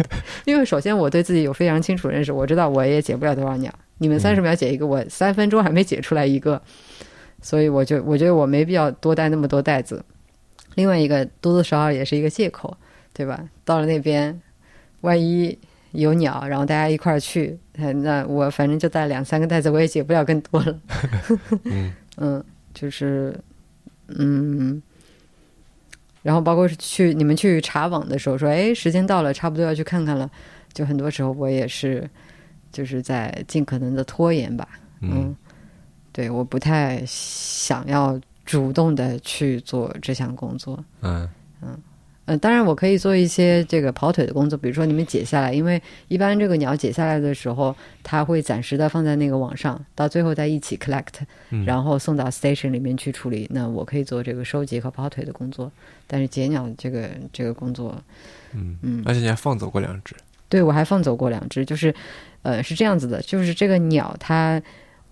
B: 因为首先我对自己有非常清楚认识，我知道我也解不了多少鸟。你们三十秒解一个，我三分钟还没解出来一个，所以我就我觉得我没必要多带那么多袋子。另外一个多多少少也是一个借口，对吧？到了那边，万一有鸟，然后大家一块儿去，哎那我反正就带两三个袋子，我也解不了更多了。
A: 嗯
B: 嗯，就是嗯。然后包括是去你们去查网的时候说，哎，时间到了，差不多要去看看了。就很多时候我也是，就是在尽可能的拖延吧。
A: 嗯，
B: 对，我不太想要主动的去做这项工作。
A: 嗯
B: 嗯，当然我可以做一些这个跑腿的工作，比如说你们解下来，因为一般这个鸟解下来的时候，它会暂时的放在那个网上，到最后再一起 collect，
A: 嗯
B: 然后送到 station 里面去处理。那我可以做这个收集和跑腿的工作，但是解鸟这个这个工作，
A: 嗯
B: 嗯
A: 嗯，而且你还放走过两只，
B: 对我还放走过两只，就是，呃，是这样子的，就是这个鸟它，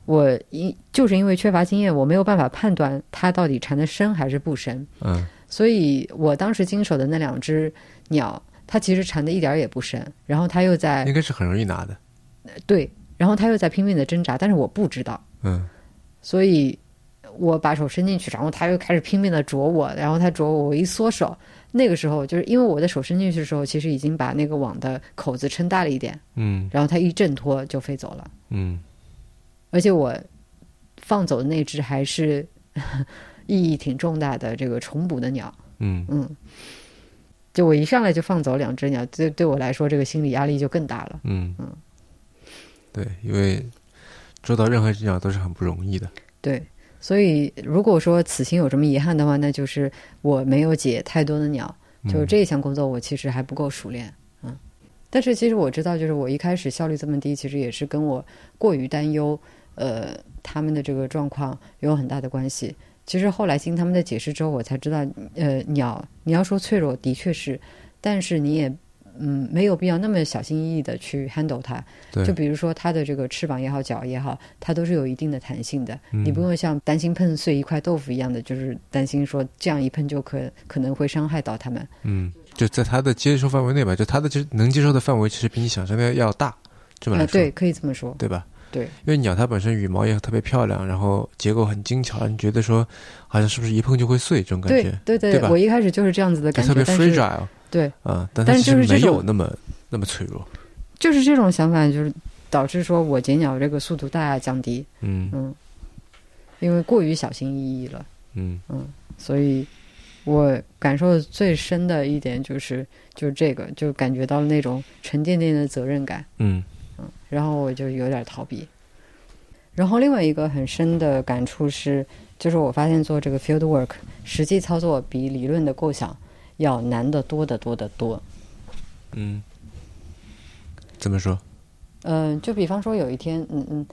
B: 我因就是因为缺乏经验，我没有办法判断它到底缠得深还是不深，
A: 嗯
B: 所以我当时经手的那两只鸟，它其实缠得一点儿也不深，然后它又在
A: 应该是很容易拿的，
B: 对，然后它又在拼命的挣扎，但是我不知道，
A: 嗯
B: 所以我把手伸进去，然后它又开始拼命的啄我，然后它啄我，我一缩手，那个时候就是因为我的手伸进去的时候，其实已经把那个网的口子撑大了一点。
A: 嗯
B: 然后它一挣脱就飞走了。
A: 嗯
B: 而且我放走的那只还是 意义挺重大的这个重捕的鸟，
A: 嗯
B: 嗯，就我一上来就放走两只鸟，对对我来说这个心理压力就更大了。
A: 嗯
B: 嗯
A: 嗯，对，因为捉到任何一只鸟都是很不容易的，
B: 对，所以如果说此行有什么遗憾的话，那就是我没有解太多的鸟，
A: 嗯
B: 就是这一项工作我其实还不够熟练，嗯。但是其实我知道，就是我一开始效率这么低，其实也是跟我过于担忧，呃，他们的这个状况有很大的关系。其实后来经他们的解释之后，我才知道，呃，鸟你要说脆弱的确是，但是你也嗯没有必要那么小心翼翼的去 handle 它，
A: 对
B: 就比如说它的这个翅膀也好，脚也好，它都是有一定的弹性的，
A: 嗯
B: 你不用像担心碰碎一块豆腐一样的，就是担心说这样一碰就可可能会伤害到它们。
A: 嗯，就在他的接受范围内吧，就他的接能接受的范围其实比你想象的要大，这么
B: 啊、
A: 来说，
B: 对，可以这么说，
A: 对吧？
B: 对
A: 因为鸟它本身羽毛也特别漂亮，然后结构很精巧，你觉得说好像是不是一碰就会碎这种感
B: 对
A: 觉，
B: 对对
A: 对吧
B: 我一开始就是这样子的
A: 它
B: 感觉，
A: 特别
B: 但是
A: fragile，
B: 对
A: 啊，但它
B: 但
A: 其
B: 是
A: 实
B: 就是这
A: 没有
B: 种
A: 那么那么脆弱，
B: 就是这种想法，就是导致说我解鸟这个速度大大降低，
A: 嗯
B: 嗯，因为过于小心翼翼了，
A: 嗯
B: 所以我感受最深的一点就是就是这个，就感觉到了那种沉甸甸的责任感。
A: 嗯
B: 然后我就有点逃避。然后另外一个很深的感触是，就是我发现做这个 field work 实际操作比理论的构想要难得多得多得多。
A: 嗯，怎么说？
B: 嗯、就比方说有一天，嗯嗯，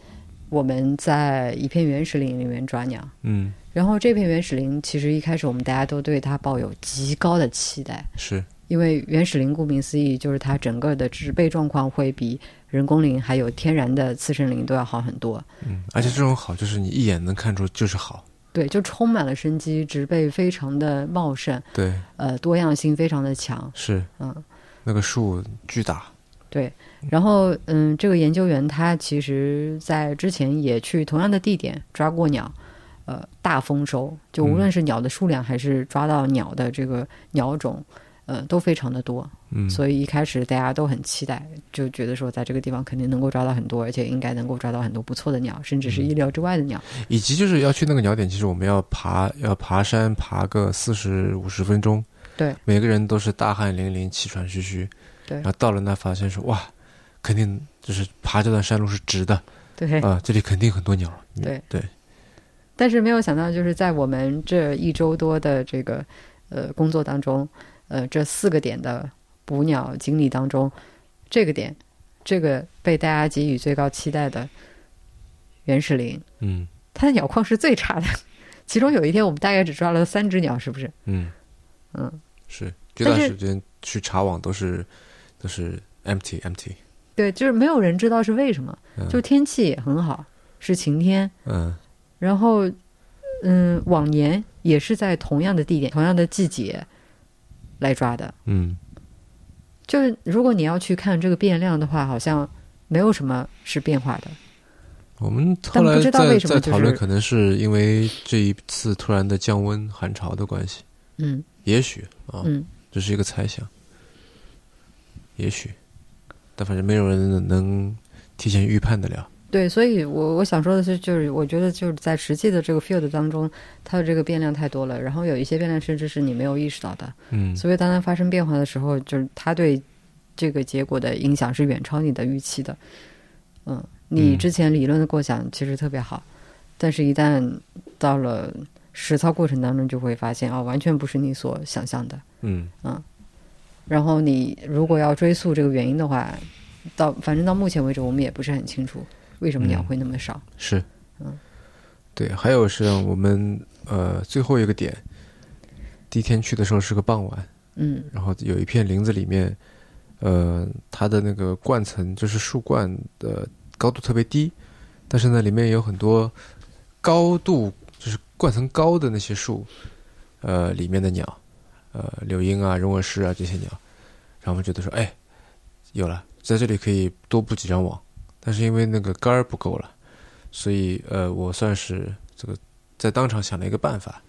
B: 我们在一片原始林里面抓鸟，
A: 嗯，
B: 然后这片原始林其实一开始我们大家都对它抱有极高的期待，
A: 是，
B: 因为原始林顾名思义就是它整个的植被状况会比人工林还有天然的次生林都要好很多。
A: 嗯，而且这种好就是你一眼能看出就是好，
B: 对，就充满了生机，植被非常的茂盛，
A: 对，
B: 呃，多样性非常的强，
A: 是
B: 嗯，
A: 那个树巨大，
B: 对。然后，嗯，这个研究员他其实在之前也去同样的地点抓过鸟，呃，大丰收，就无论是鸟的数量还是抓到鸟的这个鸟种，呃，都非常的多。
A: 嗯，
B: 所以一开始大家都很期待，就觉得说在这个地方肯定能够抓到很多，而且应该能够抓到很多不错的鸟，甚至是意料之外的鸟。
A: 嗯以及就是要去那个鸟点，其实我们要爬，要爬山，爬个四十五十分钟。
B: 对，
A: 每个人都是大汗淋漓、气喘吁吁。
B: 对
A: 然后到了那发现说哇，肯定就是爬这段山路是直的
B: 对，
A: 啊，这里肯定很多鸟。嗯
B: 对
A: 对，
B: 但是没有想到，就是在我们这一周多的这个呃工作当中，呃这四个点的捕鸟经历当中，这个点，这个被大家给予最高期待的原始林，
A: 嗯
B: 它的鸟况是最差的。其中有一天，我们大概只抓了三只鸟，是不是？
A: 嗯
B: 嗯，
A: 是，这段
B: 但
A: 时
B: 是
A: 间去查网都是都是 empty empty。
B: 对，就是没有人知道是为什么。
A: 嗯
B: 嗯就天气也很好，是晴天，
A: 嗯
B: 然后嗯，往年也是在同样的地点、同样的季节来抓的。
A: 嗯，
B: 就是如果你要去看这个变量的话，好像没有什么是变化的。
A: 我们后
B: 但不
A: 来
B: 知道
A: 在
B: 为什么
A: 在
B: 就
A: 讨论，
B: 是
A: 可能是因为这一次突然的降温、寒潮的关系，
B: 嗯
A: 也许啊，
B: 嗯，
A: 这是一个猜想，也许，但反正没有人能能提前预判得了。
B: 对，所以我我想说的是，就是我觉得就是在实际的这个 field 当中，它的这个变量太多了，然后有一些变量甚至是你没有意识到的。
A: 嗯，
B: 所以当它发生变化的时候，就是它对这个结果的影响是远超你的预期的。嗯，你
A: 嗯
B: 之前理论的构想其实特别好，但是一旦到了实操过程当中，就会发现啊、完全不是你所想象的。
A: 嗯
B: 然后你如果要追溯这个原因的话，到反正到目前为止，我们也不是很清楚为什么鸟
A: 嗯
B: 会那么少。
A: 是，
B: 嗯，
A: 对，还有是我们呃最后一个点，第一天去的时候是个傍晚，
B: 嗯
A: 然后有一片林子里面，呃，它的那个冠层就是树冠的高度特别低，但是呢，里面有很多高度就是冠层高的那些树，呃，里面的鸟，呃，柳莺啊、绒额狮啊这些鸟，然后我们觉得说，哎，有了，在这里可以多布几张网，但是因为那个杆儿不够了，所以呃，我算是这个在当场想了一个办法，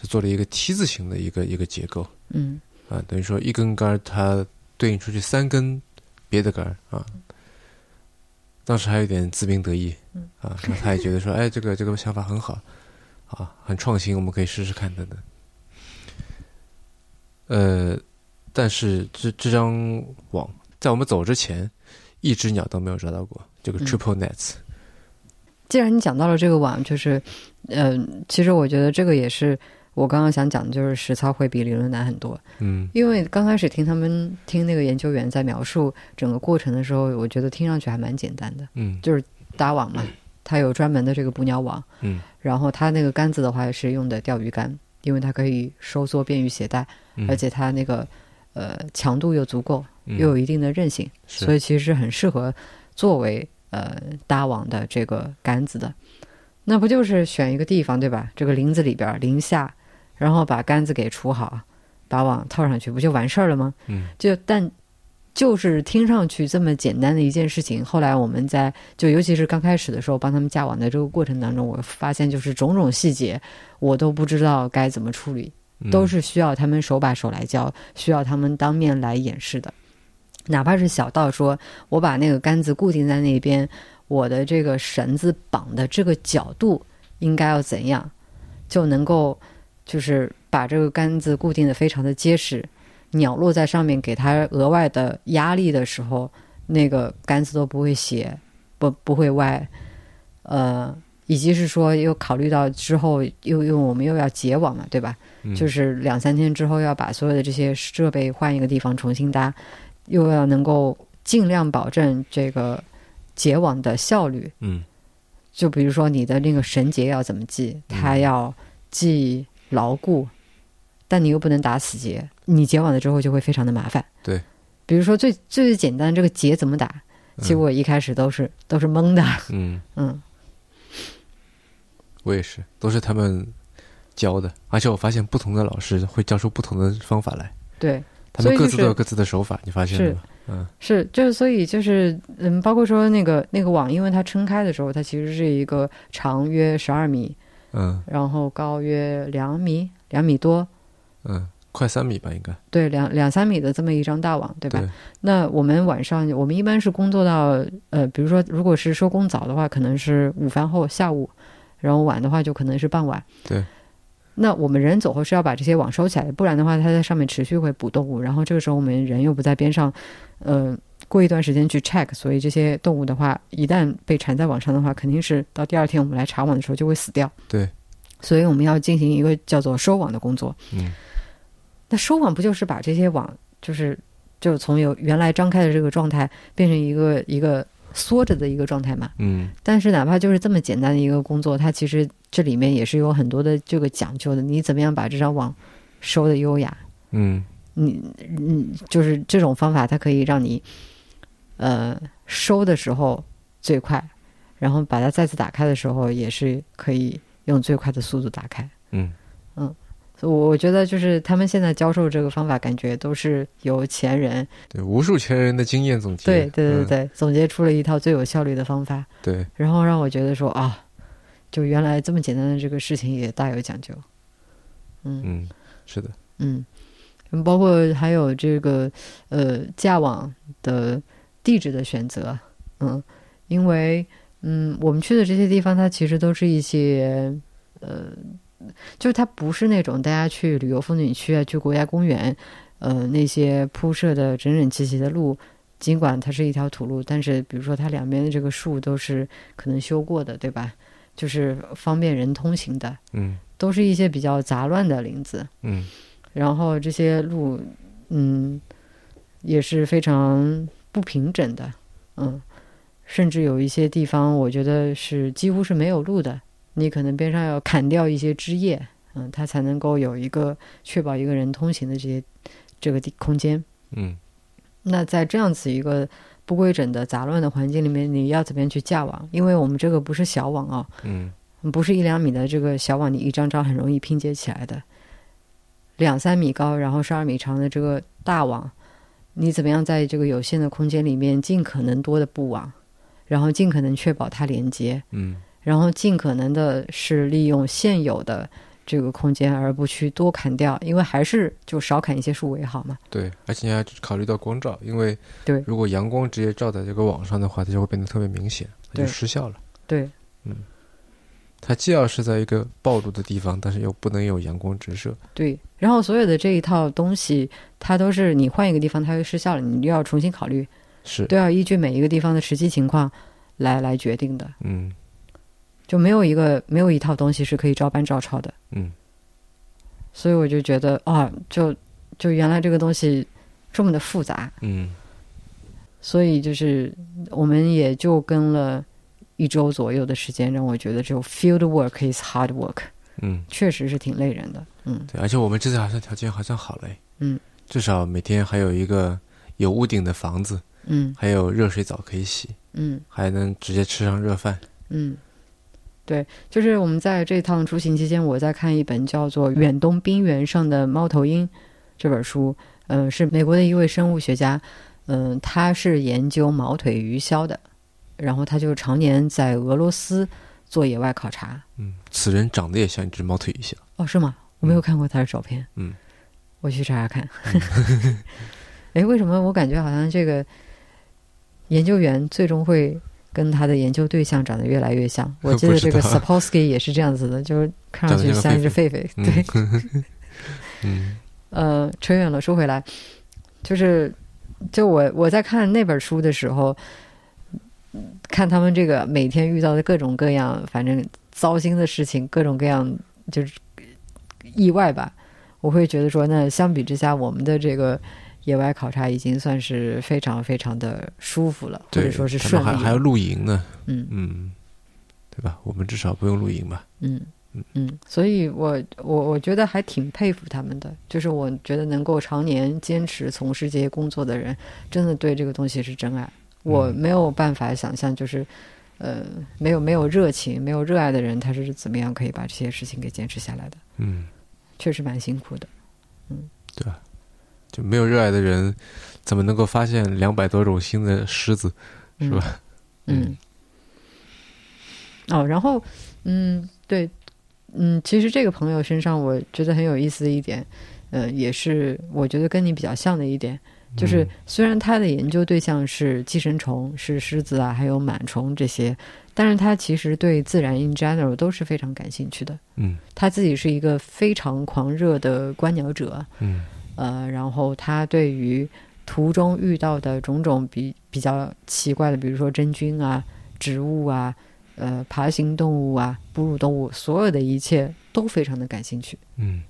A: 就做了一个 T 字形的一个一个结构。
B: 嗯
A: 啊，等于说一根杆儿它对应出去三根别的杆儿啊。当时还有点自鸣得意
B: 嗯
A: 啊，那他也觉得说，哎，这个这个想法很好啊，很创新，我们可以试试看等等。呃，但是这这张网在我们走之前，一只鸟都没有抓到过，这个
B: 嗯
A: triple nets，
B: 既然你讲到了这个网，就是，嗯、其实我觉得这个也是我刚刚想讲的，就是实操会比理论难很多。
A: 嗯
B: 因为刚开始听他们听那个研究员在描述整个过程的时候，我觉得听上去还蛮简单的，
A: 嗯
B: 搭网嘛，它有专门的这个捕鸟网，
A: 嗯
B: 然后它那个杆子的话是用的钓鱼竿，因为它可以收缩便于携带，
A: 嗯，
B: 而且它那个呃强度又足够，
A: 嗯
B: 又有一定的韧性，
A: 是
B: 所以其实是很适合作为呃搭网的这个杆子的。那不就是选一个地方对吧？这个林子里边儿林下，然后把杆子给杵好，把网套上去，不就完事儿了吗？
A: 嗯
B: 就但就是听上去这么简单的一件事情，后来我们在就尤其是刚开始的时候帮他们架网的这个过程当中，我发现就是种种细节我都不知道该怎么处理，
A: 嗯
B: 都是需要他们手把手来教，需要他们当面来演示的。哪怕是小到说我把那个杆子固定在那边，我的这个绳子绑的这个角度应该要怎样，就能够就是把这个杆子固定的非常的结实。鸟落在上面给它额外的压力的时候，那个杆子都不会斜，不不会歪，呃，以及是说又考虑到之后又又我们又要结网嘛，对吧？
A: 嗯
B: 就是两三天之后要把所有的这些设备换一个地方重新搭，又要能够尽量保证这个结网的效率。
A: 嗯
B: 就比如说你的那个绳结要怎么系，它
A: 嗯
B: 要既牢固，但你又不能打死结，你结网了之后就会非常的麻烦。
A: 对，
B: 比如说最最简单这个结怎么打，其实我一开始都是、都是 懵的，
A: 嗯，
B: 嗯
A: 我也是，都是他们教的，而且我发现不同的老师会教出不同的方法来，
B: 对，
A: 他们
B: 所以就
A: 各自都有
B: 是
A: 各自的手法，你发现了吗？嗯
B: 是，就是所以就是，嗯，包括说那个那个网，因为它撑开的时候，它其实是一个长约十二米，
A: 嗯
B: 然后高约两米两米多，
A: 嗯，快三米吧，应该
B: 对，两两三米的这么一张大网，对吧？
A: 对
B: 那我们晚上，我们一般是工作到呃，比如说如果是收工早的话，可能是午饭后下午，然后晚的话就可能是傍晚。
A: 对。
B: 那我们人走后是要把这些网收起来的，不然的话它在上面持续会捕动物，然后这个时候我们人又不在边上，呃，过一段时间去 check，所以这些动物的话，一旦被缠在网上的话，肯定是到第二天我们来查网的时候就会死掉。
A: 对，
B: 所以我们要进行一个叫做收网的工作。
A: 嗯
B: 那收网不就是把这些网，就是就是从有原来张开的这个状态，变成一个一个缩着的一个状态嘛？
A: 嗯
B: 但是哪怕就是这么简单的一个工作，它其实这里面也是有很多的这个讲究的。你怎么样把这张网收的优雅？
A: 嗯
B: 你嗯，就是这种方法，它可以让你呃收的时候最快，然后把它再次打开的时候也是可以用最快的速度打开。
A: 嗯，
B: 所以我我觉得就是他们现在教授这个方法，感觉都是由前人
A: 对，无数前人的经验总结，
B: 对对对
A: 嗯
B: 对、总结出了一套最有效率的方法，
A: 对，
B: 然后让我觉得说啊，就原来这么简单的这个事情也大有讲究。嗯
A: 嗯，是的，
B: 嗯，嗯包括还有这个呃架网的地址的选择，嗯，因为嗯我们去的这些地方，它其实都是一些呃，就是它不是那种大家去旅游风景区啊，去国家公园，呃那些铺设的整整齐齐的路。尽管它是一条土路，但是比如说它两边的这个树都是可能修过的，对吧？就是方便人通行的，
A: 嗯
B: 都是一些比较杂乱的林子。
A: 嗯
B: 然后这些路，嗯，也是非常不平整的，嗯，甚至有一些地方，我觉得是几乎是没有路的，你可能边上要砍掉一些枝叶，嗯，它才能够有一个确保一个人通行的这些这个地空间。
A: 嗯
B: 那在这样子一个不规整的杂乱的环境里面，你要怎么样去架网？因为我们这个不是小网哦，
A: 嗯
B: 不是一两米的这个小网，你一张张很容易拼接起来的。两三米高，然后十二米长的这个大网，你怎么样在这个有限的空间里面尽可能多的布网，然后尽可能确保它连接，
A: 嗯
B: 然后尽可能的是利用现有的这个空间，而不去多砍掉，因为还是就少砍一些树为好嘛。
A: 对，而且你还考虑到光照，因为
B: 对
A: 如果阳光直接照在这个网上的话，它就会变得特别明显，它就
B: 对
A: 失效了。
B: 对
A: 它既要是在一个暴露的地方，但是又不能有阳光直射。
B: 对，然后所有的这一套东西，它都是你换一个地方它又失效了，你又要重新考虑，
A: 是，
B: 都要依据每一个地方的实际情况来来决定的，
A: 嗯
B: 就没有一个没有一套东西是可以照搬照抄的。
A: 嗯，
B: 所以我就觉得啊，就就原来这个东西这么的复杂，
A: 嗯
B: 所以就是我们也就跟了一周左右的时间，让我觉得这种 field work is hard work，
A: 嗯，
B: 确实是挺累人的。嗯，
A: 对，而且我们这次好像条件好像好了，哎
B: 嗯，
A: 至少每天还有一个有屋顶的房子，
B: 嗯
A: 还有热水澡可以洗，
B: 嗯
A: 还能直接吃上热饭。
B: 嗯，对，就是我们在这趟出行期间，我在看一本叫做《远东冰原上的猫头鹰》这本书，嗯、是美国的一位生物学家，嗯、他是研究毛腿鱼鸮的，然后他就常年在俄罗斯做野外考察。
A: 嗯，此人长得也像一只猫腿鱼像。
B: 哦，是吗？我没有看过他的照片。
A: 嗯，
B: 我去查查看。 哎，为什么我感觉好像这个研究员最终会跟他的研究对象长得越来越像？我记
A: 不
B: 得
A: 知
B: 这
A: 道
B: 个 Sapolsky 也是这样子的，就是看上去
A: 长得
B: 像
A: 像
B: 一
A: 个
B: 只狒狒。
A: 嗯
B: 对，
A: 嗯
B: 呃，扯远了，说回来，就是就我我在看那本书的时候，看他们这个每天遇到的各种各样，反正糟心的事情，各种各样就是意外吧，我会觉得说，那相比之下，我们的这个。野外考察已经算是非常非常的舒服了，或
A: 对，
B: 者说是
A: 他
B: 顺
A: 们
B: 利
A: 还还要
B: 了。
A: 露营呢，
B: 嗯
A: 嗯，对吧？我们至少不用露营吧？
B: 嗯嗯，所以我我我觉得还挺佩服他们的，就是我觉得能够常年坚持从事这些工作的人，真的对这个东西是真爱。我
A: 嗯
B: 没有办法想象，就是呃，没有没有热情、没有热爱的人，他是怎么样可以把这些事情给坚持下来的，
A: 嗯，
B: 确实蛮辛苦的。
A: 就没有热爱的人，怎么能够发现两百多种新的狮子？
B: 嗯
A: 是吧？
B: 嗯。哦，然后，嗯，对，嗯，其实这个朋友身上我觉得很有意思的一点，呃，也是我觉得跟你比较像的一点，就是
A: 嗯
B: 虽然他的研究对象是寄生虫，是狮子啊，还有螨虫这些，但是他其实对自然 in general 都是非常感兴趣的。
A: 嗯
B: 他自己是一个非常狂热的观鸟者，
A: 嗯
B: 呃，然后他对于途中遇到的种种比比较奇怪的，比如说真菌啊、植物啊、呃爬行动物啊、哺乳动物，所有的一切都非常的感兴趣，
A: 嗯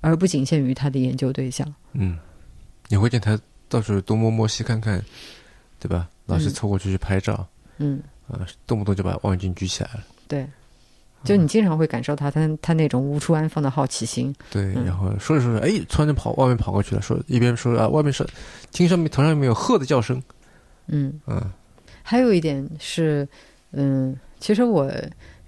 B: 而不仅限于他的研究对象。
A: 嗯，你会见他到处东摸摸西看看，对吧？老是
B: 嗯
A: 凑过去去拍照，
B: 嗯，
A: 啊，动不动就把望远镜举起来了。
B: 对，就你经常会感受他他他那种无处安放的好奇心。
A: 对，
B: 嗯
A: 然后说着说着，哎，突然就跑外面跑过去了，说一边说啊，外面是听上面头上面有鹤的叫声，
B: 嗯，
A: 嗯
B: 还有一点是，嗯，其实我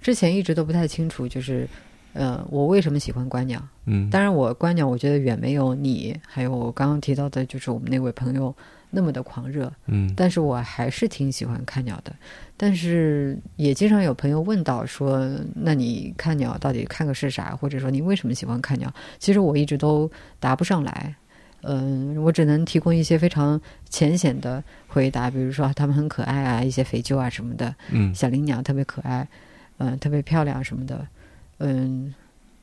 B: 之前一直都不太清楚，就是呃，我为什么喜欢观鸟？
A: 嗯，
B: 当然，我观鸟，我觉得远没有你还有我刚刚提到的，就是我们那位朋友那么的狂热。
A: 嗯
B: 但是我还是挺喜欢看鸟的。但是也经常有朋友问到说，那你看鸟到底看个是啥？或者说你为什么喜欢看鸟？其实我一直都答不上来。嗯，我只能提供一些非常浅显的回答，比如说啊它们很可爱啊，一些肥鸠啊什么的，
A: 嗯
B: 小羚鸟特别可爱，嗯、特别漂亮什么的，嗯，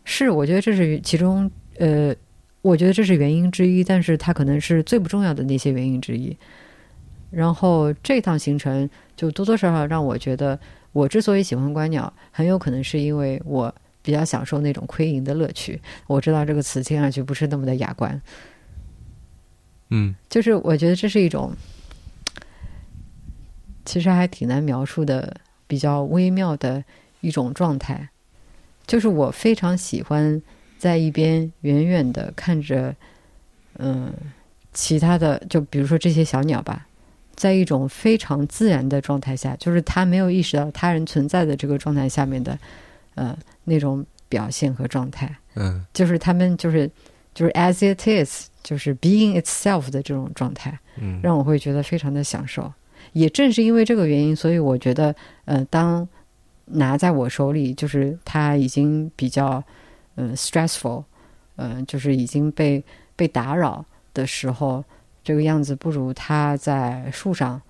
B: 是，我觉得这是其中，呃，我觉得这是原因之一，但是它可能是最不重要的那些原因之一。然后这趟行程就多多少少让我觉得，我之所以喜欢观鸟，很有可能是因为我比较享受那种窥营的乐趣。我知道这个词听上去不是那么的雅观，
A: 嗯
B: 就是我觉得这是一种，其实还挺难描述的，比较微妙的一种状态。就是我非常喜欢在一边远远的看着，嗯，其他的，就比如说这些小鸟吧，在一种非常自然的状态下，就是它没有意识到他人存在的这个状态下面的，呃，那种表现和状态。
A: 嗯
B: 就是他们就是就是 as it is，就是 being itself 的这种状态，
A: 嗯
B: 让我会觉得非常的享受。也正是因为这个原因，所以我觉得，呃，当拿在我手里，就是它已经比较，嗯、s t r e s s f u l 嗯、就是已经被被打扰的时候，这个样子不如它在树上，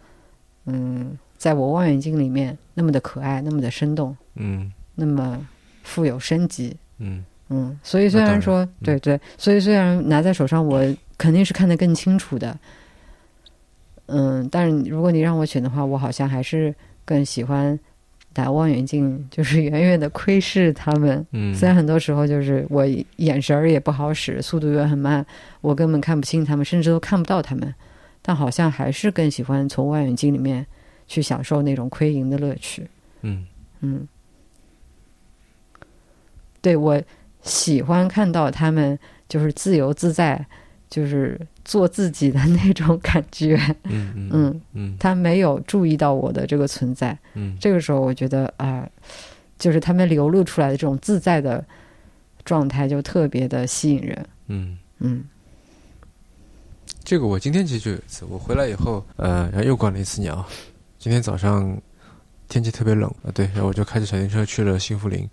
B: 嗯，在我望远镜里面那么的可爱，那么的生动，
A: 嗯
B: 那么富有生机。
A: 嗯
B: 嗯，所以虽然说，
A: 那当
B: 对对，所以虽然拿在手上，我肯定是看得更清楚的。嗯，但是如果你让我选的话，我好像还是更喜欢打望远镜，就是远远的窥视他们。
A: 嗯，
B: 虽然很多时候就是我眼神儿也不好使，速度也很慢，我根本看不清他们，甚至都看不到他们，但好像还是更喜欢从望远镜里面去享受那种窥营的乐趣。
A: 嗯
B: 嗯，对我喜欢看到他们就是自由自在，就是做自己的那种感觉。
A: 嗯嗯
B: 嗯，
A: 嗯
B: 他没有注意到我的这个存在，
A: 嗯
B: 这个时候我觉得啊、就是他们流露出来的这种自在的状态就特别的吸引人。
A: 嗯。
B: 嗯
A: 这个我今天其实就有一次，我回来以后，呃，然后又观了一次鸟。今天早上天气特别冷，啊，对，然后我就开着小电车去了幸福林，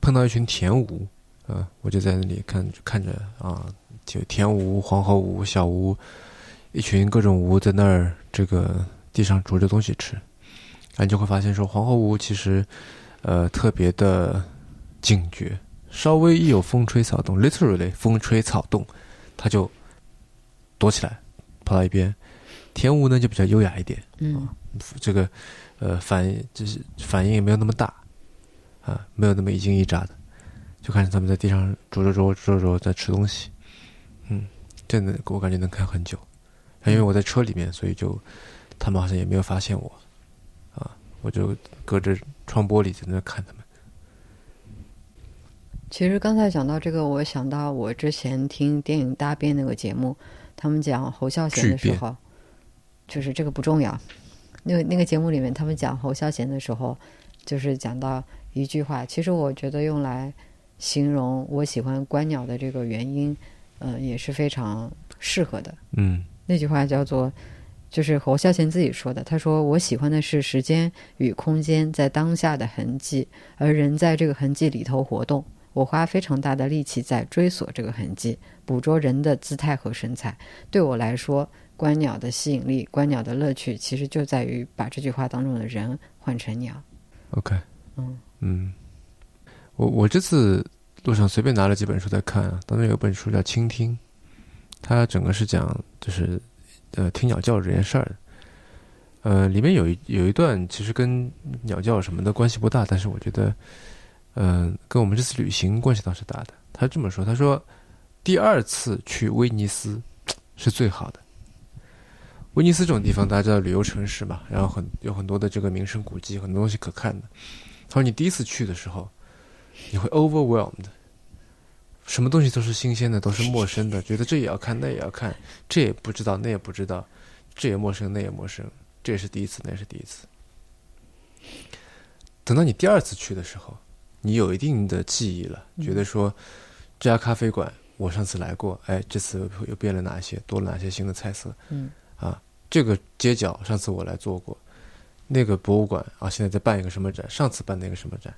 A: 碰到一群田鹀，啊、我就在那里看看着啊，就田鹀、黄喉鹀、小鹀，一群各种鹀在那儿这个地上啄着东西吃，然后你就会发现说，黄喉鹀其实呃特别的警觉，稍微一有风吹草动，literally 风吹草动，它就躲起来，跑到一边。田鹀呢就比较优雅一点，
B: 嗯
A: 这个呃反就是反应也没有那么大啊，没有那么一惊一乍的，就看着他们在地上啄啄啄啄啄在吃东西，嗯，真的我感觉能看很久，因为我在车里面，所以就他们好像也没有发现我啊，我就隔着窗玻璃在那看他们，
B: 其实刚才讲到这个，我想到我之前听电影《大变》那个节目，他们讲侯孝贤的时候，就是这个不重要。那个那个节目里面，他们讲侯孝贤的时候，就是讲到一句话，其实我觉得用来形容我喜欢观鸟的这个原因，嗯、也是非常适合的。
A: 嗯
B: 那句话叫做，就是侯孝贤自己说的。他说：“我喜欢的是时间与空间在当下的痕迹，而人在这个痕迹里头活动。我花非常大的力气在追索这个痕迹，捕捉人的姿态和神采。对我来说，观鸟的吸引力，观鸟的乐趣，其实就在于把这句话当中的人换成鸟。
A: ，OK，
B: 嗯
A: 嗯，我我这次路上随便拿了几本书在看啊，当中有本书叫《倾听》，它整个是讲就是呃听鸟叫这件事儿的。呃，里面有一有一段其实跟鸟叫什么的关系不大，但是我觉得，嗯、跟我们这次旅行关系倒是大的。他这么说，他说第二次去威尼斯是最好的。威尼斯这种地方，大家知道旅游城市嘛，然后很有很多的这个名胜古迹，很多东西可看的。他说你第一次去的时候，你会 overwhelmed，什么东西都是新鲜的，都是陌生的，觉得这也要看，那也要看，这也不知道，那也不知道，这也陌生，那也陌生，这也是第一次，那也是第一次。等到你第二次去的时候，你有一定的记忆了，觉得说这家咖啡馆我上次来过，哎，这次又又变了哪些，多了哪些新的菜色
B: 嗯
A: 啊？这个街角上次我来做过，那个博物馆啊，现在在办一个什么展，上次办那个什么展，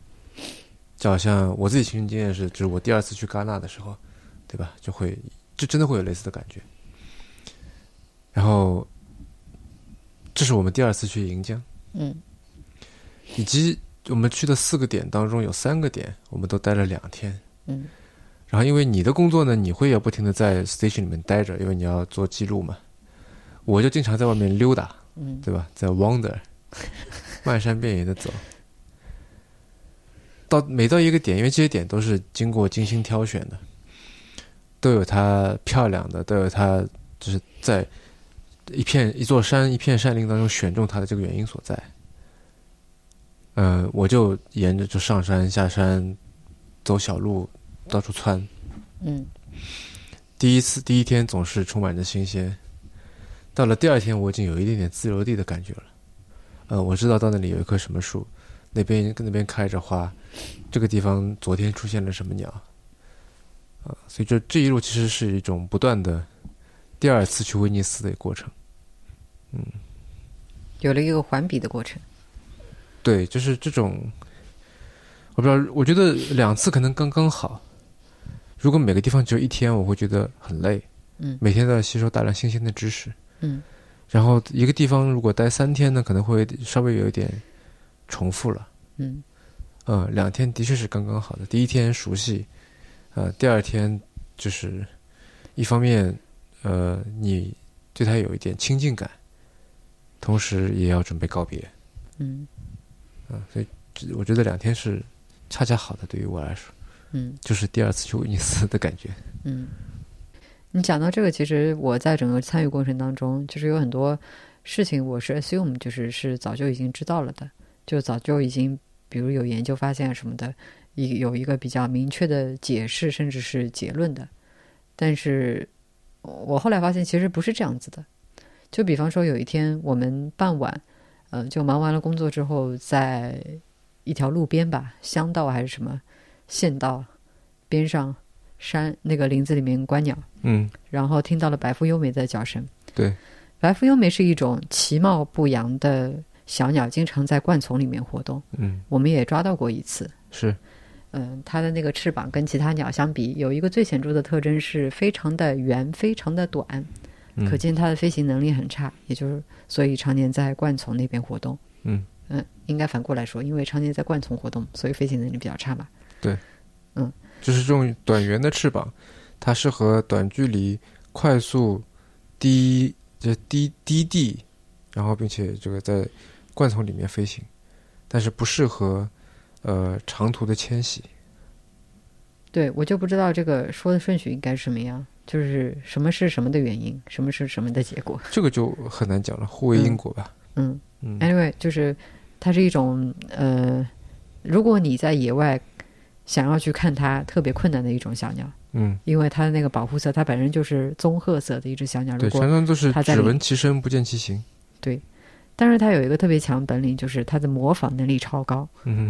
A: 就好像我自己亲身经验是，就是我第二次去戛纳的时候，对吧？就会这真的会有类似的感觉。然后，这是我们第二次去盈江。
B: 嗯
A: 以及我们去的四个点当中有三个点，我们都待了两天。
B: 嗯
A: 然后因为你的工作呢，你会要不停的在 station 里面待着，因为你要做记录嘛。我就经常在外面溜达，
B: 嗯
A: 对吧？在 wander，漫山遍野的走。到每到一个点，因为这些点都是经过精心挑选的，都有它漂亮的，都有它就是在一片一座山、一片山林当中选中它的这个原因所在。嗯、我就沿着就上山下山，走小路到处窜，
B: 嗯
A: 第一次第一天总是充满着新鲜，到了第二天我已经有一点点自由地的感觉了。呃，我知道到那里有一棵什么树，那边跟那边开着花，这个地方昨天出现了什么鸟，啊、呃所以这这一路其实是一种不断的第二次去威尼斯的过程。
B: 有了一个环比的过程。
A: 对，就是这种，我不知道，我觉得两次可能刚刚好。如果每个地方只有一天，我会觉得很累，
B: 嗯
A: 每天都要吸收大量新鲜的知识。
B: 嗯
A: 然后一个地方如果待三天呢，可能会稍微有一点重复了。
B: 嗯
A: 嗯，两天的确是刚刚好的。第一天熟悉，呃，第二天就是一方面，呃，你对它有一点亲近感，同时也要准备告别。
B: 嗯
A: 啊、所以这我觉得两天是恰恰好的，对于我来说，
B: 嗯
A: 就是第二次去威尼斯的感觉。
B: 嗯。你讲到这个，其实我在整个参与过程当中，就是有很多事情我是 assume 就是是早就已经知道了的，就早就已经比如有研究发现啊什么的，一有一个比较明确的解释甚至是结论的。但是我后来发现其实不是这样子的。就比方说有一天我们傍晚，呃，就忙完了工作之后，在一条路边吧，乡道还是什么县道边上山那个林子里面观鸟，
A: 嗯，
B: 然后听到了白腹优美的叫声。
A: 对，
B: 白腹优美是一种其貌不扬的小鸟，经常在灌丛里面活动。
A: 嗯，
B: 我们也抓到过一次。
A: 是，
B: 嗯，它的那个翅膀跟其他鸟相比，有一个最显著的特征是非常的圆，非常的短，
A: 嗯
B: 可见它的飞行能力很差，也就是所以常年在灌丛那边活动。
A: 嗯
B: 嗯，应该反过来说，因为常年在灌丛活动，所以飞行能力比较差嘛。
A: 就是这种短圆的翅膀，它适合短距离、快速、低就是低低地，然后并且这个在罐头里面飞行，但是不适合呃长途的迁徙。
B: 对我就不知道这个说的顺序应该是什么样，就是什么是什么的原因，什么是什么的结果。
A: 这个就很难讲了，互为因果吧。
B: 嗯
A: 嗯
B: ，anyway，就是它是一种呃，如果你在野外想要去看它，特别困难的一种小鸟，
A: 嗯，
B: 因为它的那个保护色，它本身就是棕褐色的一只小鸟。如
A: 对，
B: 果
A: 常常都是
B: 它在
A: 只
B: 里
A: 闻其声不见其形。
B: 但是它有一个特别强的本领，就是它的模仿能力超高，
A: 嗯，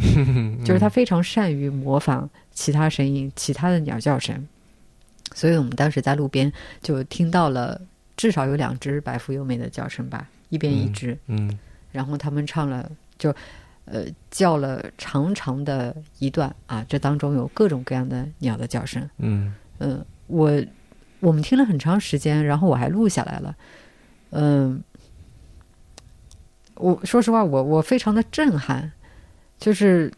B: 就是它非常善于模仿其他声音、其他的鸟叫声。所以我们当时在路边就听到了至少有两只白腹优美的叫声吧，一边一
A: 嗯
B: 只。
A: 嗯
B: 然后他们唱了就呃叫了长长的一段啊，这当中有各种各样的鸟的叫声。
A: 嗯
B: 嗯、我我们听了很长时间，然后我还录下来了。嗯、我说实话，我我非常的震撼，就是。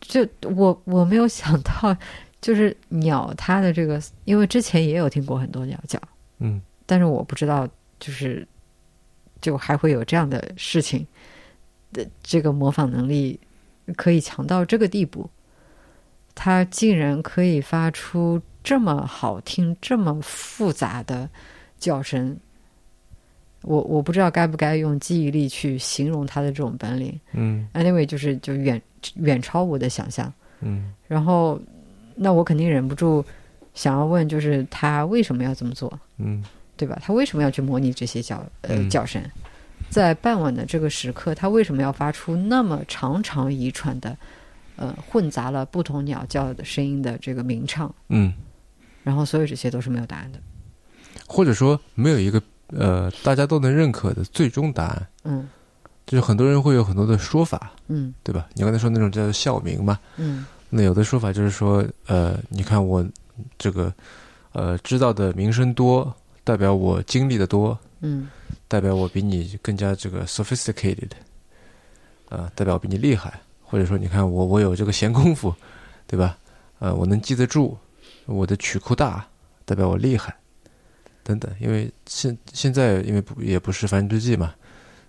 B: 就我我没有想到，就是鸟它的这个，因为之前也有听过很多鸟叫，
A: 嗯
B: 但是我不知道，就是就还会有这样的事情的这个模仿能力可以强到这个地步，它竟然可以发出这么好听、这么复杂的叫声。我我不知道该不该用记忆力去形容它的这种本领。
A: 嗯
B: Anyway，就是就远远超我的想象。
A: 嗯
B: 然后，那我肯定忍不住想要问，就是他为什么要这么做？
A: 嗯
B: 对吧？他为什么要去模拟这些叫呃
A: 嗯
B: 叫声？在傍晚的这个时刻，它为什么要发出那么长长遗传的，呃，混杂了不同鸟叫的声音的这个鸣唱？
A: 嗯，
B: 然后所有这些都是没有答案的。
A: 或者说没有一个呃大家都能认可的最终答案，
B: 嗯
A: 就是很多人会有很多的说法，
B: 嗯
A: 对吧？你刚才说那种叫做校名嘛，
B: 嗯
A: 那有的说法就是说，呃，你看我这个呃知道的名声多，代表我经历的多，
B: 嗯
A: 代表我比你更加这个 sophisticated，啊、代表我比你厉害，或者说你看我我有这个闲工夫，对吧？呃，我能记得住，我的曲库大，代表我厉害，等等。因为现现在因为不也不是繁殖季嘛，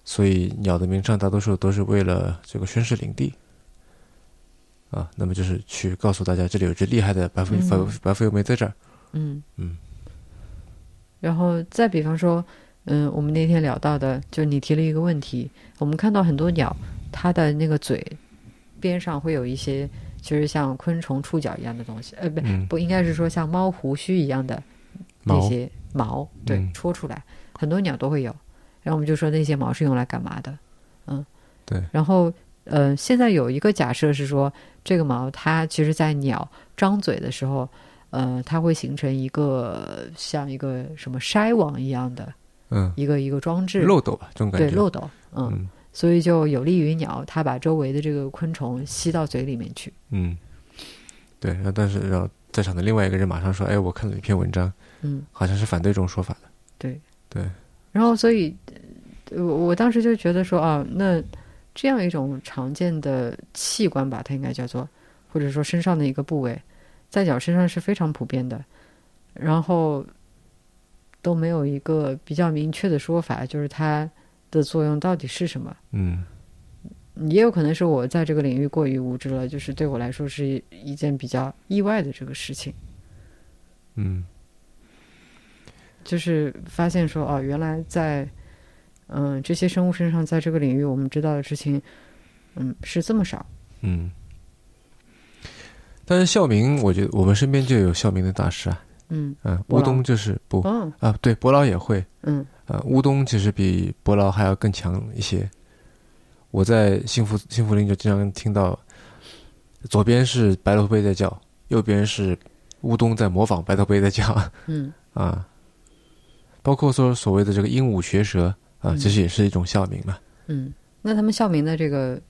A: 所以鸟的鸣唱大多数都是为了这个宣示领地。啊，那么就是去告诉大家，这里有只厉害的白腹白
B: 嗯
A: 白腹鹬没在这儿。
B: 嗯
A: 嗯。
B: 然后再比方说，嗯，我们那天聊到的，就你提了一个问题，我们看到很多鸟，它的那个嘴边上会有一些，就是像昆虫触角一样的东西，呃，不
A: 嗯，
B: 不应该是说像猫胡须一样的那
A: 毛，
B: 些毛，对
A: 嗯，
B: 戳出来，很多鸟都会有。然后我们就说那些毛是用来干嘛的？嗯，
A: 对
B: 然后呃，现在有一个假设是说，这个毛它其实，在鸟张嘴的时候，呃，它会形成一个像一个什么筛网一样的
A: 嗯，
B: 一个一个装置，
A: 漏斗吧，这种感觉。
B: 对漏斗，嗯，
A: 嗯
B: 所以就有利于鸟它把周围的这个昆虫吸到嘴里面去。
A: 嗯，对，然后但是然后在场的另外一个人马上说：“哎，我看了一篇文章，
B: 嗯，
A: 好像是反对这种说法的。
B: 对
A: 对。
B: 然后，所以，呃我我当时就觉得说啊，那这样一种常见的器官吧，它应该叫做，或者说身上的一个部位，在鸟身上是非常普遍的，然后都没有一个比较明确的说法，就是它的作用到底是什么。”
A: 嗯
B: 也有可能是我在这个领域过于无知了，就是对我来说是一件比较意外的这个事情。
A: 嗯
B: 就是发现说，哦，原来在，嗯、这些生物身上，在这个领域我们知道的事情，嗯，是这么少。
A: 嗯。但是校名，我觉得我们身边就有校名的大师啊，
B: 嗯，
A: 嗯、
B: 伯
A: 乌
B: 劳
A: 东就是不
B: 哦，
A: 啊，对，伯劳也会，
B: 嗯
A: 呃，乌东其实比伯劳还要更强一些。我在幸福幸福林就经常听到，左边是白头鹎在叫，右边是乌东在模仿白头鹎在叫。
B: 嗯
A: 啊，包括说所谓的这个鹦鹉学舌啊，
B: 嗯
A: 其实也是一种校名嘛。
B: 嗯，那他们校名的这个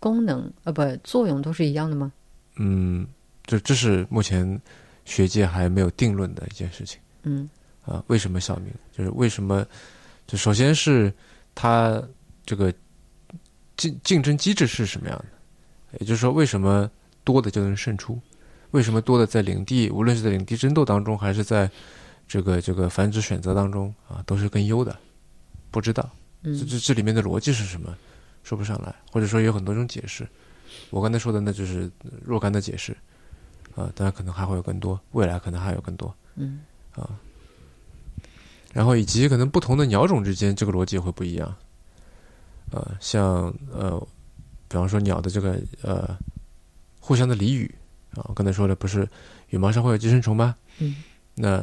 B: 功能，呃，不，作用都是一样的吗？
A: 嗯，这这是目前学界还没有定论的一件事情
B: 嗯
A: 啊。为什么校名？就是为什么？就首先是它这个竞竞争机制是什么样的？也就是说，为什么多的就能胜出？为什么多的在领地，无论是在领地争斗当中，还是在这个这个繁殖选择当中啊，都是更优的？不知道。这
B: 嗯
A: 这这里面的逻辑是什么，说不上来，或者说有很多种解释。我刚才说的那就是若干的解释，啊、当然可能还会有更多，未来可能还有更多。
B: 嗯
A: 然后以及可能不同的鸟种之间这个逻辑会不一样，呃，像呃，比方说鸟的这个呃互相的俚语啊，我刚才说了，不是羽毛上会有寄生虫吗？
B: 嗯，
A: 那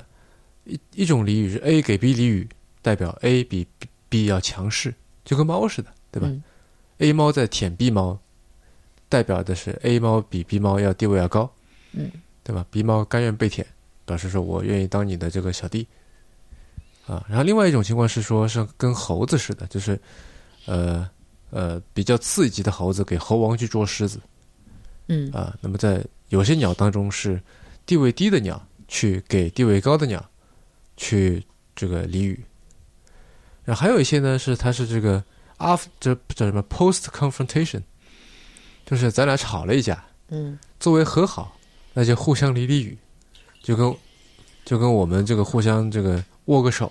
A: 一一种俚语是 A 给 B 俚语，代表 A 比 B 要强势，就跟猫似的，对吧？
B: 嗯
A: A 猫在舔 B 猫，代表的是 A 猫比 B 猫要地位要高，
B: 嗯，
A: 对吧？B 猫甘愿被舔，表示说我愿意当你的这个小弟，啊。然后另外一种情况是说，是跟猴子似的，就是，呃呃，比较次一级的猴子给猴王去捉狮子
B: 嗯
A: 啊。那么在有些鸟当中是地位低的鸟去给地位高的鸟去这个俚语，然后还有一些呢是它是这个 after 这叫什么 post confrontation，就是咱俩吵了一架，
B: 嗯
A: 作为和好，那就互相理理语，就跟就跟我们这个互相这个握个手，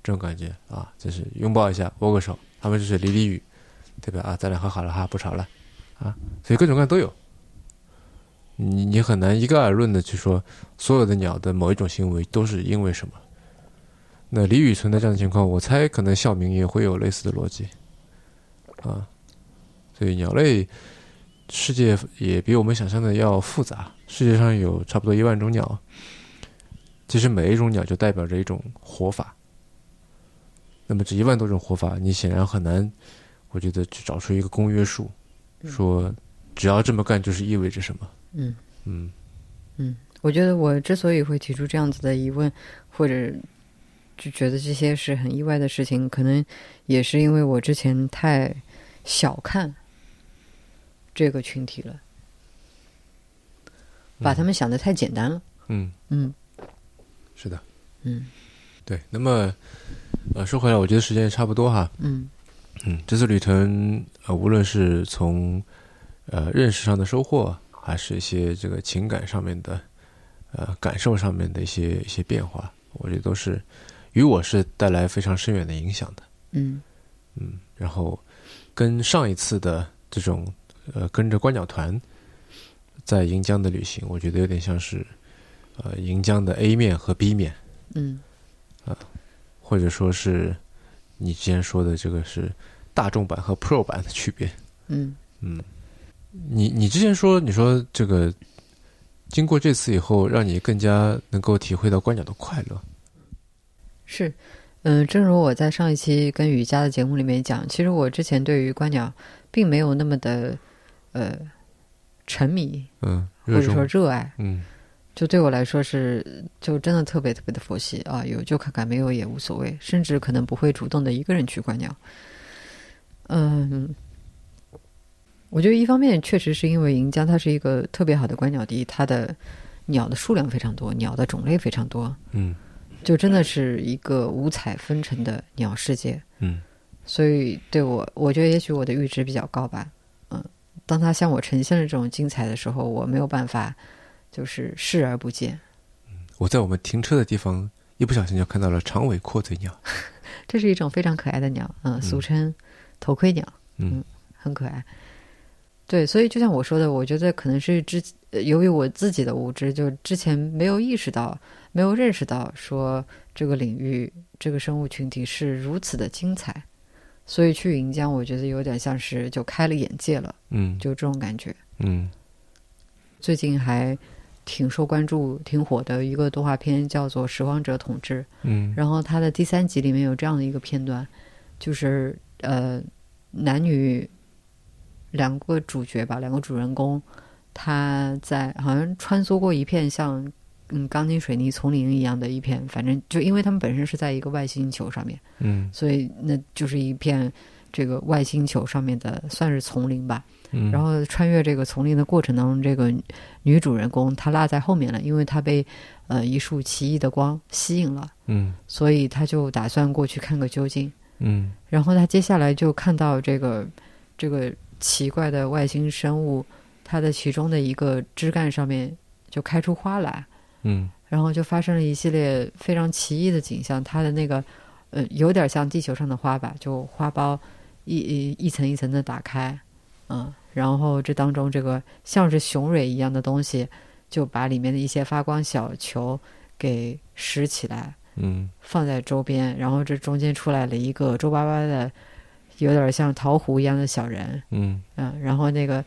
A: 这种感觉啊，就是拥抱一下，握个手，他们就是理理语，对吧？啊，咱俩和好了哈，不吵了啊，所以各种各样都有。你你很难一概而论的去说所有的鸟的某一种行为都是因为什么。那俚语存在这样的情况，我猜可能校名也会有类似的逻辑，啊，所以鸟类世界也比我们想象的要复杂。世界上有差不多一万种鸟，其实每一种鸟就代表着一种活法。那么这一万多种活法，你显然很难，我觉得去找出一个公约数，说只要这么干就是意味着什么。
B: 嗯
A: 嗯
B: 我觉得我之所以会提出这样子的疑问，或者就觉得这些是很意外的事情，可能也是因为我之前太小看这个群体了，把他们想的太简单了。
A: 嗯，
B: 嗯
A: 是的，
B: 嗯
A: 对。那么呃，说回来，我觉得时间也差不多哈。
B: 嗯
A: 嗯，这次旅程呃，无论是从呃认识上的收获，还是一些这个情感上面的呃感受上面的一些一些变化，我觉得都是于我是带来非常深远的影响的。
B: 嗯
A: 嗯，然后跟上一次的这种呃跟着观鸟团在盈江的旅行，我觉得有点像是呃盈江的 A 面和 B 面，
B: 嗯
A: 或者说是呃你之前说的这个是大众版和 Pro 版的区别。
B: 嗯
A: 嗯，你你之前说，你说这个经过这次以后，让你更加能够体会到观鸟的快乐。
B: 是，嗯、正如我在上一期跟瑜伽的节目里面讲，其实我之前对于观鸟并没有那么的呃沉迷
A: 嗯，
B: 或
A: 热
B: 者说
A: 衷，
B: 热爱，
A: 嗯
B: 就对我来说是，就真的特别特别的佛系啊，有就看看，没有也无所谓，甚至可能不会主动的一个人去观鸟。嗯，我觉得一方面确实是因为盈江它是一个特别好的观鸟地，它的鸟的数量非常多，鸟的种类非常多，
A: 嗯
B: 就真的是一个五彩纷呈的鸟世界。
A: 嗯
B: 所以对我，我觉得也许我的阈值比较高吧。嗯，当它向我呈现了这种精彩的时候，我没有办法就是视而不见。
A: 我在我们停车的地方，一不小心就看到了长尾阔嘴鸟。
B: 这是一种非常可爱的鸟，嗯，俗称头盔鸟，
A: 嗯
B: 很可爱。对，所以就像我说的，我觉得可能是之呃由于我自己的无知，就之前没有意识到，没有认识到说这个领域这个生物群体是如此的精彩，所以去云江，我觉得有点像是就开了眼界了，
A: 嗯
B: 就这种感觉。
A: 嗯
B: 最近还挺受关注、挺火的一个动画片，叫做《拾荒者统治》。
A: 嗯
B: 然后它的第三集里面有这样的一个片段，就是呃，男女两个主角吧，两个主人公，他在好像穿梭过一片像嗯钢筋水泥丛林一样的一片，反正就因为他们本身是在一个外星球上面，
A: 嗯
B: 所以那就是一片这个外星球上面的算是丛林吧。
A: 嗯，
B: 然后穿越这个丛林的过程当中，这个女主人公她落在后面了，因为她被呃一束奇异的光吸引了。
A: 嗯
B: 所以他就打算过去看个究竟。
A: 嗯
B: 然后他接下来就看到这个这个奇怪的外星生物，它的其中的一个枝干上面就开出花来，
A: 嗯
B: 然后就发生了一系列非常奇异的景象。它的那个呃，有点像地球上的花吧，就花苞一一一层一层的打开，嗯，然后这当中这个像是雄蕊一样的东西，就把里面的一些发光小球给拾起来。
A: 嗯
B: 放在周边，然后这中间出来了一个皱巴巴的，有点像桃核一样的小人，
A: 嗯
B: 嗯，然后那个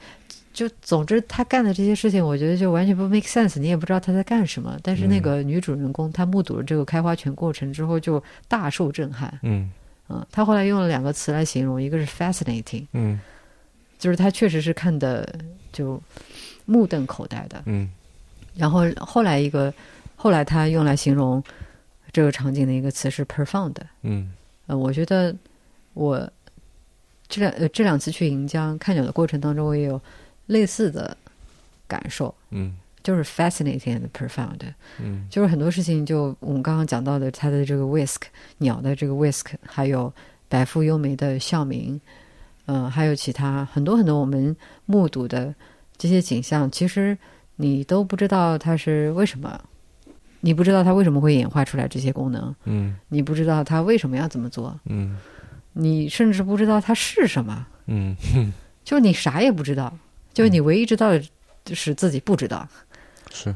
B: 就总之他干的这些事情，我觉得就完全不 make sense，你也不知道他在干什么。但是那
A: 嗯
B: 个女主人公她目睹了这个开花全过程之后，就大受震撼，
A: 嗯
B: 嗯，她后来用了两个词来形容，一个是 fascinating，
A: 嗯
B: 就是她确实是看的就目瞪口呆的，
A: 嗯
B: 然后后来一个后来她用来形容这个场景的一个词是 profound。
A: 嗯
B: 呃，我觉得我这两呃这两次去盈江看鸟的过程当中，我也有类似的感受，
A: 嗯
B: 就是 fascinating and profound，
A: 嗯
B: 就是很多事情就我们刚刚讲到的它的这个 whisk 鸟的这个 whisk，还有白腹幽梅的校名，呃，还有其他很多很多我们目睹的这些景象，其实你都不知道它是为什么，你不知道它为什么会演化出来这些功能，
A: 嗯
B: 你不知道它为什么要这么做。
A: 嗯
B: 你甚至不知道它是什么，
A: 嗯，
B: 就你啥也不知道，就你唯一知道的就是自己不知道。
A: 是。